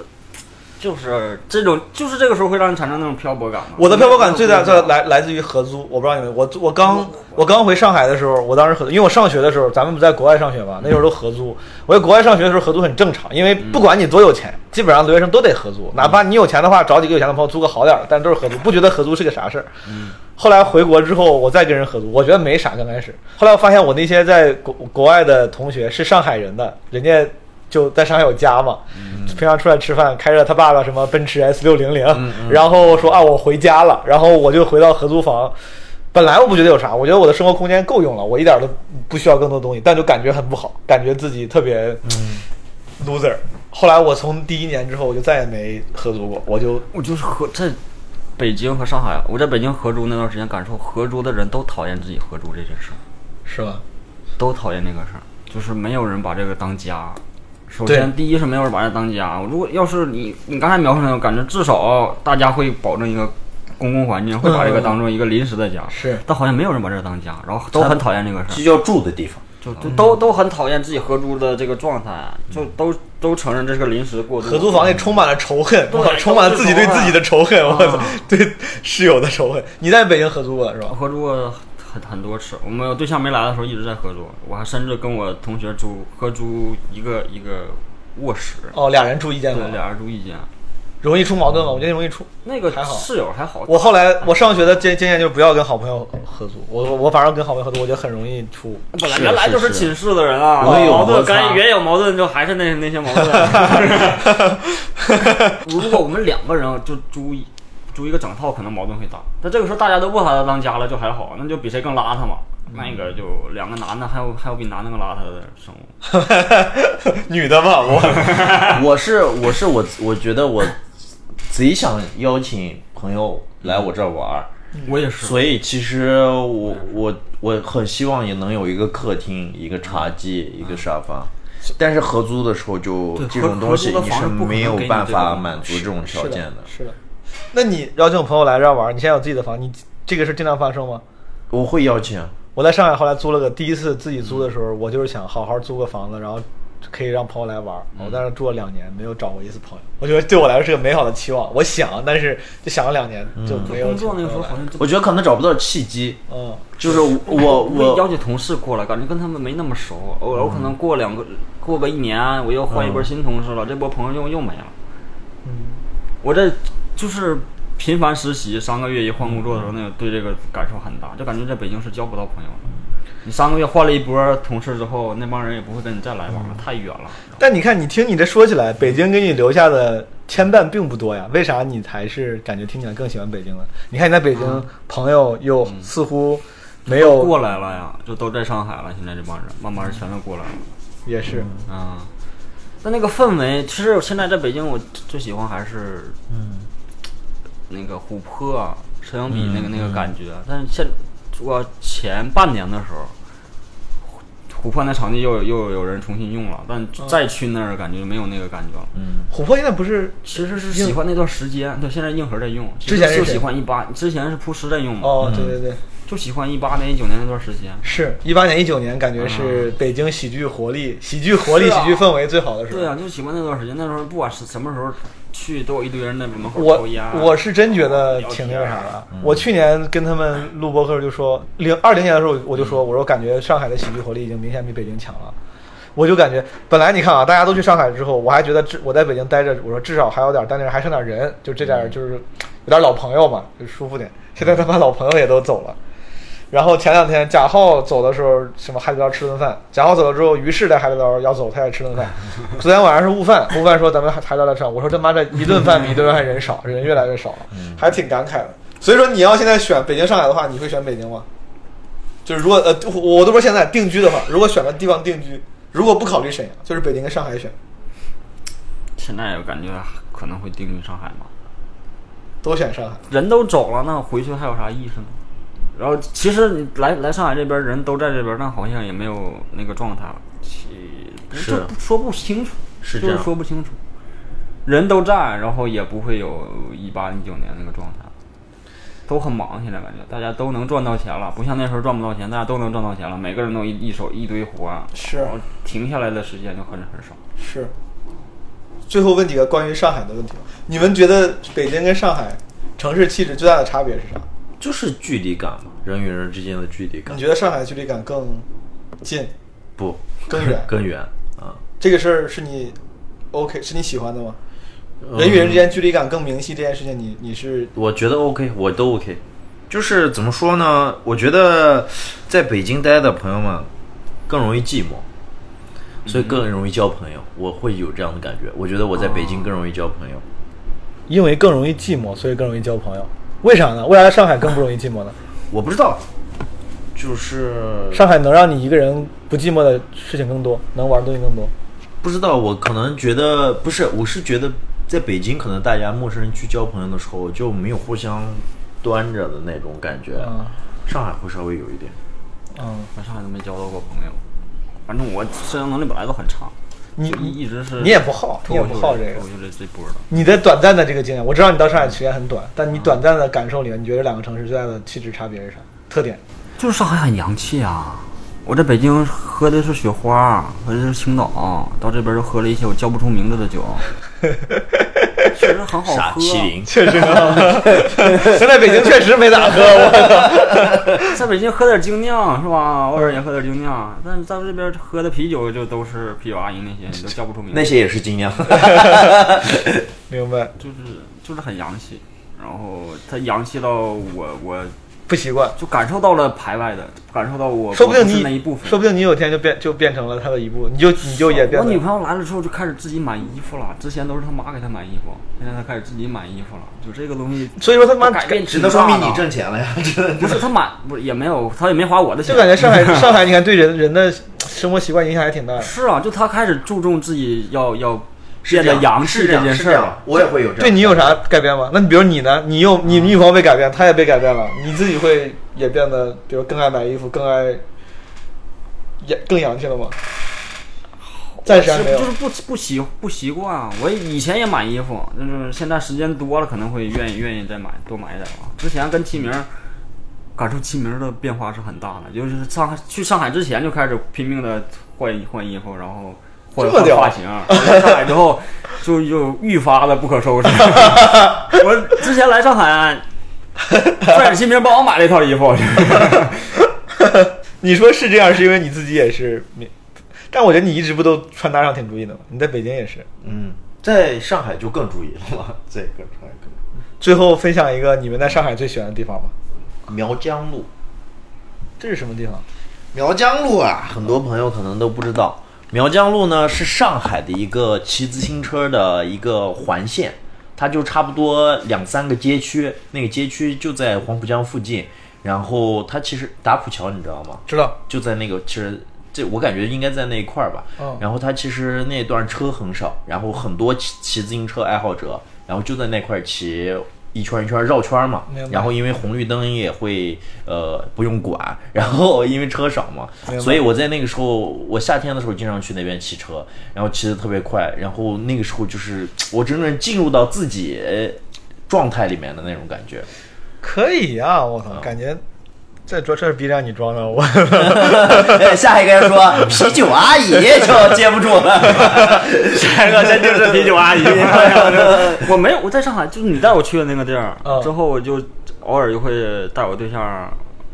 Speaker 3: 就是这种，就是这个时候会让你产生那种漂泊感嘛。
Speaker 2: 我的漂泊感最大
Speaker 3: 嗯
Speaker 2: 最来来自于合租，我不知道你们，我我刚我刚回上海的时候，我当时合租，因为我上学的时候，咱们不在国外上学嘛，那时候都合租。我在国外上学的时候合租很正常，因为不管你多有钱，基本上留学生都得合租，哪怕你有钱的话，找几个有钱的朋友租个好点儿的，但都是合租，不觉得合租是个啥事儿。后来回国之后，我再跟人合租，我觉得没啥，刚开始。后来我发现我那些在国国外的同学是上海人的，人家就在上海有家嘛，平常出来吃饭，开着他爸爸什么奔驰 S 六零零，然后说啊我回家了，然后我就回到合租房。本来我不觉得有啥，我觉得我的生活空间够用了，我一点都不需要更多东西，但就感觉很不好，感觉自己特别 loser。后来我从第一年之后，我就再也没合租过，我就
Speaker 3: 我就是合在北京和上海，啊我在北京合租那段时间，感受合租的人都讨厌自己合租这件事儿，
Speaker 2: 是吧？
Speaker 3: 都讨厌那个事儿，就是没有人把这个当家。首先，第一是没有人把这当家。如果要是你，你刚才描述那种感觉，至少大家会保证一个公共环境，会把这个当做一个临时的家。
Speaker 2: 嗯是
Speaker 3: 但好像没有人把这个当家，然后都很讨厌这个事儿。
Speaker 10: 这叫住
Speaker 3: <laughs>
Speaker 10: 的地方。
Speaker 3: 就都都都很讨厌自己合租的这个状态，啊就都都承认这是个临时过渡。
Speaker 2: 合租房里充满了仇恨，我操，充满了自己对自己的仇恨，
Speaker 3: 啊
Speaker 2: 我操，对室友的仇恨。你在北京合租过是吧？
Speaker 3: 合租过啊很很多次，我们对象没来的时候一直在合租，我还甚至跟我同学住合租一个一个卧室，
Speaker 2: 哦，俩人住一间
Speaker 3: 对，
Speaker 2: 房，
Speaker 3: 俩人住一间。
Speaker 2: 容易出矛盾吗？我觉得容易出。
Speaker 3: 那个
Speaker 2: 还好
Speaker 3: 室友还好，
Speaker 2: 我后来我上学的经经验就是不要跟好朋友合租，我我我反正跟好朋友合租，我觉得很容易出。
Speaker 3: 本来原来就是
Speaker 10: 是
Speaker 3: 寝室的人啊，
Speaker 10: 容易有
Speaker 3: 矛
Speaker 10: 摩
Speaker 3: 盾，
Speaker 10: 擦
Speaker 3: 刚原有矛盾就还是那那些矛盾。如果我们两个人就租一租一个整套，可能矛盾会大。但这个时候大家都不把他当家了，就还好，那就比谁更邋遢嘛。那个就两个男的，还有还有比男的更邋遢的生物。
Speaker 2: 女的嘛，我
Speaker 10: 我是我是我，我觉得我贼想邀请朋友来我这儿玩儿，
Speaker 3: 我也是，
Speaker 10: 所以其实我我我很希望也能有一个客厅、一个茶几、一个沙发。但是合租的时候就
Speaker 3: 对合
Speaker 10: 这种东西
Speaker 3: 合租
Speaker 10: 你
Speaker 3: 的房
Speaker 10: 是
Speaker 3: 是不可能
Speaker 10: 没有
Speaker 3: 给你
Speaker 10: 办
Speaker 3: 这种
Speaker 10: 法
Speaker 3: 的
Speaker 10: 满足这种条件的。
Speaker 2: 是的。那你邀请朋友来这儿玩，你现在有自己的房，你这个事儿经常发生吗？
Speaker 10: 我会邀请，
Speaker 2: 我在上海后来租了个，第一次自己租的时候，我就是想好好租个房子，然后可以让朋友来玩儿。
Speaker 3: 嗯
Speaker 2: 我在那儿住了两年，没有找过一次朋友。我觉得对我来说是个美好的期望，我想，但是就想了两年就没有
Speaker 3: 嗯工
Speaker 2: 找
Speaker 3: 作
Speaker 2: 朋
Speaker 3: 那
Speaker 2: 友
Speaker 3: 个
Speaker 2: 来。
Speaker 3: 时候好像就
Speaker 10: 我觉得可能找不到契机。
Speaker 2: 嗯，
Speaker 10: 就是我
Speaker 3: 我邀
Speaker 10: 我
Speaker 3: 请同事过来，感觉跟他们没那么熟。我我可能过两个过个一年，我又换一波新同事了，这波朋友又又没了。我这就是频繁实习，三个月一换工作的时候，那个对这个感受很大，就感觉在北京是交不到朋友的。你三个月换了一波同事之后，那帮人也不会跟你再来往了，太远了。
Speaker 2: 但你看，你听你这说起来，北京给你留下的牵绊并不多呀。为啥你还是感觉听起来更喜欢北京了？你看你在北京，朋友又似乎没有
Speaker 3: 嗯过，来了呀，就都在上海了，现在这帮人慢慢全都过来了。
Speaker 2: 也是。
Speaker 3: 嗯，但那个氛围，其实我现在在北京，我最喜欢还是嗯，那个琥珀啊、沈阳笔那
Speaker 2: 嗯
Speaker 3: 个、那个感觉。啊但是现我前半年的时候，琥琥珀那场地又又有人重新用了，但
Speaker 2: 嗯
Speaker 3: 再去那儿感觉就没有那个感觉了。
Speaker 2: 琥珀现在不是
Speaker 3: 其实是喜欢那段时间，对，现在硬核在用，
Speaker 2: 之前是
Speaker 3: 其实就
Speaker 2: 谁
Speaker 3: 喜欢一八，之前是扑师在用嘛，
Speaker 2: 哦，对对对，
Speaker 3: 就喜欢一八年、一九年那段时间。
Speaker 2: 是一八年、一九年，感觉是北京喜剧活力、喜剧活力、
Speaker 3: 嗯是啊
Speaker 2: 喜剧氛围最好的时候。
Speaker 3: 对啊，就喜欢那段时间，那时候不管是什么时候去，都有一堆人在门口抽
Speaker 2: 我
Speaker 3: 烟啊。
Speaker 2: 我是真觉得挺那个啥的。我去年跟他们录播客就说，零二零年的时候我就说，我说感觉上海的喜剧活力已经明显比北京强了。我就感觉，本来你看啊，大家都去上海之后，我还觉得至我在北京待着，我说至少还有点，但是还剩点人，就这点儿就是有点老朋友嘛，就舒服点。现在他妈老朋友也都走了。然后前两天贾浩走的时候，什么海底捞吃顿饭。贾浩走了之后，于是在海底捞要走，他也吃顿饭。 <laughs> 昨天晚上是悟饭，悟饭说咱们海海底捞来吃饭。我说这妈这一顿饭比一顿饭人少，人越来越少了，
Speaker 3: 嗯
Speaker 2: 还挺感慨的。所以说你要现在选北京、上海的话，你会选北京吗？就是如果呃，我我都说现在定居的话，如果选个地方定居，如果不考虑沈阳，就是北京跟上海选，
Speaker 3: 现在我感觉可能会定居上海吧，
Speaker 2: 都选上海。
Speaker 3: 人都走了，那回去还有啥意思呢？然后其实你来来上海这边人都在这边，但好像也没有那个状态了，其
Speaker 10: 是
Speaker 3: 就不说不清楚，
Speaker 10: 是
Speaker 3: 就
Speaker 10: 这
Speaker 3: 是
Speaker 10: 样
Speaker 3: 说不清楚。人都在，然后也不会有一八一九年那个状态，都很忙。现在感觉大家都能赚到钱了，不像那时候赚不到钱，大家都能赚到钱了，每个人都一一手一堆活儿，啊
Speaker 2: 是
Speaker 3: 然后停下来的时间就很很少。
Speaker 2: 是，最后问几个关于上海的问题吧。你们觉得北京跟上海城市气质最大的差别是啥？
Speaker 10: 就是距离感嘛，人与人之间的距离感
Speaker 2: 你。觉得上海距离感更近？
Speaker 10: 不，
Speaker 2: 更
Speaker 10: <laughs>
Speaker 2: 远
Speaker 10: 更远啊。
Speaker 2: 这个事儿是你 OK 是你喜欢的吗？人与人之间距离感更明晰这件事情你，你是
Speaker 10: 我觉得 OK，我都 OK。就是怎么说呢？我觉得在北京待的朋友们更容易寂寞，所以更容易交朋友。我会有这样的感觉。我觉得我在北京更容易交朋友。
Speaker 2: 因为更容易寂寞，所以更容易交朋友。为啥呢？为啥在上海更不容易寂寞呢？
Speaker 10: 我不知道，就是
Speaker 2: 上海能让你一个人不寂寞的事情更多，能玩的东西更多。
Speaker 10: 不知道，我可能觉得不是，我是觉得在北京，可能大家陌生人去交朋友的时候就没有互相端着的那种感觉。
Speaker 2: 嗯
Speaker 10: 上海会稍微有一点。
Speaker 2: 嗯，
Speaker 3: 在上海都没交到过朋友。反正我社交能力本来都很差，
Speaker 2: 你
Speaker 3: 就一直是
Speaker 2: 你也不好
Speaker 3: 脱口
Speaker 2: 你也
Speaker 3: 秀
Speaker 2: 不好这个
Speaker 3: 脱口秀这这波的。
Speaker 2: 你的短暂的这个经验，我知道你到上海时间很短，但你短暂的感受里面，你觉得两个城市最大的气质差别是啥？特点？
Speaker 3: 就是上海很洋气啊！我在北京喝的是雪花，喝的是青岛，到这边又喝了一些我叫不出名字的
Speaker 2: <laughs>
Speaker 3: 酒，确实很好
Speaker 10: 傻
Speaker 3: 喝。
Speaker 10: 麒麟，
Speaker 2: 确实， <laughs> 咱在北京确实没咋喝，我
Speaker 3: 在北京喝点精酿是吧？偶尔也喝点精酿，但是在这边喝的啤酒就都是啤酒阿姨那些，你都叫不出名字。
Speaker 10: 那些也是精酿。
Speaker 2: 明白，
Speaker 3: 就是就是很洋气，然后它洋气到我我
Speaker 2: 不习惯。
Speaker 3: 就感受到了排外的，感受到我
Speaker 2: 说不定
Speaker 3: 是
Speaker 2: 你
Speaker 3: 那一部分。
Speaker 2: 说不定你有天就变就变成了他的一部，你就你就也变
Speaker 3: 我女
Speaker 2: 得
Speaker 3: 朋友来了之后就开始自己买衣服了，之前都是她妈给她买衣服，现在她开始自己买衣服了，就这个东西。
Speaker 2: 所以说他妈
Speaker 3: 改变
Speaker 10: 只能说明你挣钱了哎呀，真的。
Speaker 3: 不是她买，不是也没有，她也没花我的钱。
Speaker 2: 就感觉上海上海，你看对人人的生活习惯影响还挺大的。 <laughs>
Speaker 3: 是啊，就她开始注重自己要要
Speaker 10: 是
Speaker 3: 变
Speaker 10: 这
Speaker 3: 得
Speaker 10: 样
Speaker 3: 洋
Speaker 10: 是
Speaker 3: 气
Speaker 10: 这样
Speaker 3: 件
Speaker 10: 是
Speaker 3: 事
Speaker 10: 这
Speaker 3: 儿
Speaker 10: 样
Speaker 3: 了。
Speaker 10: 我也会有这样。 <laughs>
Speaker 2: 对你有啥改变吗？那你比如你呢？你有
Speaker 3: 啊
Speaker 2: 你女朋友被改变，她也被改变了，你自己会也变得，比如更爱买衣服，更爱也更洋气了吗？暂时还没有
Speaker 3: 就是。不不习不习惯啊。我以前也买衣服，就是现在时间多了，可能会愿意愿意再买多买一点啊。之前跟齐明儿感受齐明儿的变化是很大的，就是上海去上海之前就开始拼命的换衣换衣服，然后换
Speaker 2: 这么
Speaker 3: 换
Speaker 2: 屌
Speaker 3: 发型。上海之后就就愈发的不可
Speaker 2: <laughs>
Speaker 3: 收拾。我之前来上海，拽着齐明儿帮我买了一套衣服。
Speaker 2: 你说是这样，是因为你自己也是你，但我觉得你一直不都穿搭上挺注意的吗？你在北京也是。
Speaker 10: 嗯， <laughs> 在上海就更注意了，这个上海更
Speaker 2: 最后分享一个你们在上海最喜欢的地方吧。
Speaker 10: 苗江路。
Speaker 2: 这是什么地方？
Speaker 10: 苗江路啊，很多朋友可能都不知道，苗江路呢是上海的一个骑自行车的一个环线，它就差不多两三个街区，那个街区就在黄浦江附近，然后它其实打浦桥你知道吗？
Speaker 2: 知道。
Speaker 10: 就在那个，其实这我感觉应该在那一块儿吧。
Speaker 2: 嗯
Speaker 10: 然后它其实那段车很少，然后很多骑骑自行车爱好者，然后就在那块儿骑一圈一圈绕圈儿嘛
Speaker 2: 明白。
Speaker 10: 然后因为红绿灯也会呃不用管， <laughs> 然后因为车少嘛，所以我在那个时候，我夏天的时候经常去那边骑车，然后骑得特别快，然后那个时候就是我真正进入到自己。状态里面的那种感觉，
Speaker 2: 可以呀、我操，感觉这装这是逼让你装的，我
Speaker 6: 哎下一个人说啤酒阿姨就 <laughs> 接不住了，
Speaker 3: 下一个真就是啤酒阿姨。 <laughs> 我没有，我在上海，就是你带我去的那个地儿，
Speaker 2: 嗯
Speaker 3: 之后我就偶尔就会带我对象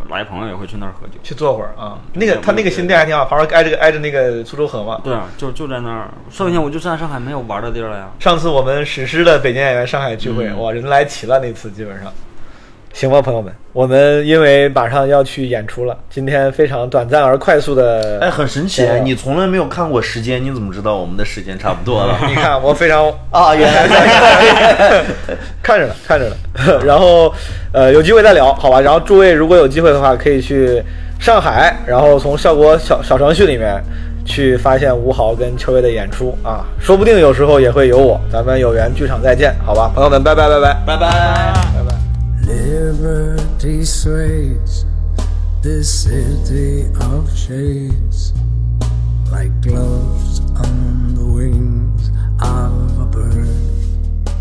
Speaker 3: 来朋友也会去那儿喝酒。
Speaker 2: 去坐会儿啊。那个他那个新店还挺好，旁边挨着挨着那个苏州河嘛。
Speaker 3: 对啊，就就在那儿。剩下我就在上海没有玩的地儿了呀。
Speaker 2: 上次我们实施了北京演员上海聚会，哇，人来齐了那次基本上。嗯行吧，朋友们，我们因为马上要去演出了，今天非常短暂而快速的。
Speaker 10: 哎，很神奇！
Speaker 6: 啊
Speaker 10: 你从来没有看过时间，你怎么知道我们的时间差不
Speaker 6: <laughs>
Speaker 10: 多了？
Speaker 2: 你看我非常
Speaker 6: 啊，原来在
Speaker 2: <laughs>
Speaker 6: <laughs>
Speaker 2: 看着呢，看着呢。 <laughs> 然后，呃，有机会再聊，好吧？然后诸位如果有机会的话，可以去上海，然后从效果小小程序里面去发现吴豪跟秋薇的演出啊，说不定有时候也会有我。咱们有缘剧场再见，好吧？朋友们，拜拜拜拜。
Speaker 6: 拜拜。
Speaker 12: Liberty sways this city of shades like gloves on the wings of a bird.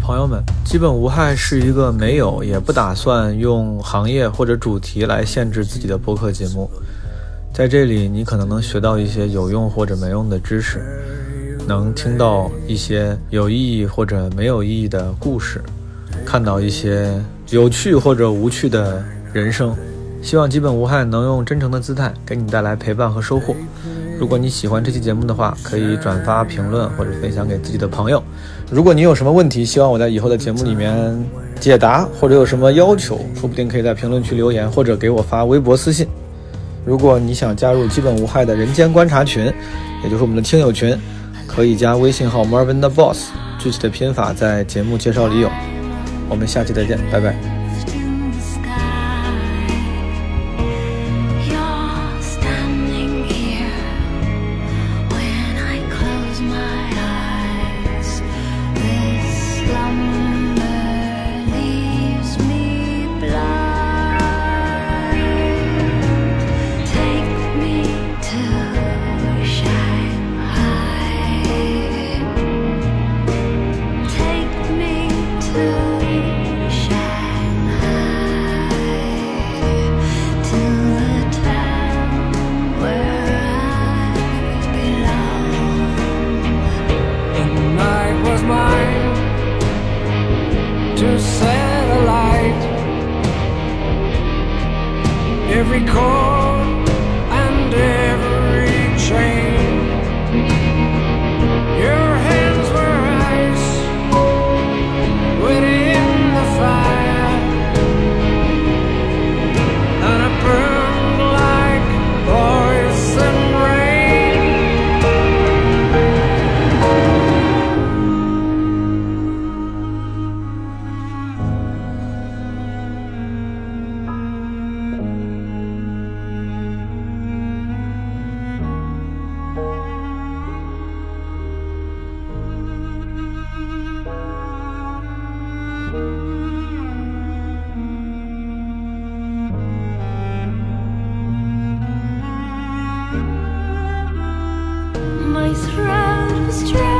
Speaker 7: 朋友们，基本无害是一个没有也不打算用行业或者主题来限制自己的播客节目。在这里，你可能能学到一些有用或者没用的知识，能听到一些有意义或者没有意义的故事，看到一些有趣或者无趣的人生。希望基本无害能用真诚的姿态给你带来陪伴和收获。如果你喜欢这期节目的话，可以转发、评论或者分享给自己的朋友。如果你有什么问题，希望我在以后的节目里面解答，或者有什么要求，说不定可以在评论区留言，或者给我发微博私信。如果你想加入基本无害的人间观察群，也就是我们的听友群，可以加微信号 Marvin the Boss，具体的拼法在节目介绍里有。我们下期再见，拜拜。
Speaker 4: in the sky. You're standing here. When I close my eyes, this slumber leaves me blind. Take me to Shanghai. Take me to Shanghai, to the town where I belong.
Speaker 5: And the night was mine to set a light. Every chord and every chain. Your hands were ice within the fire. And it burned like poison rain.
Speaker 4: My throat was dry.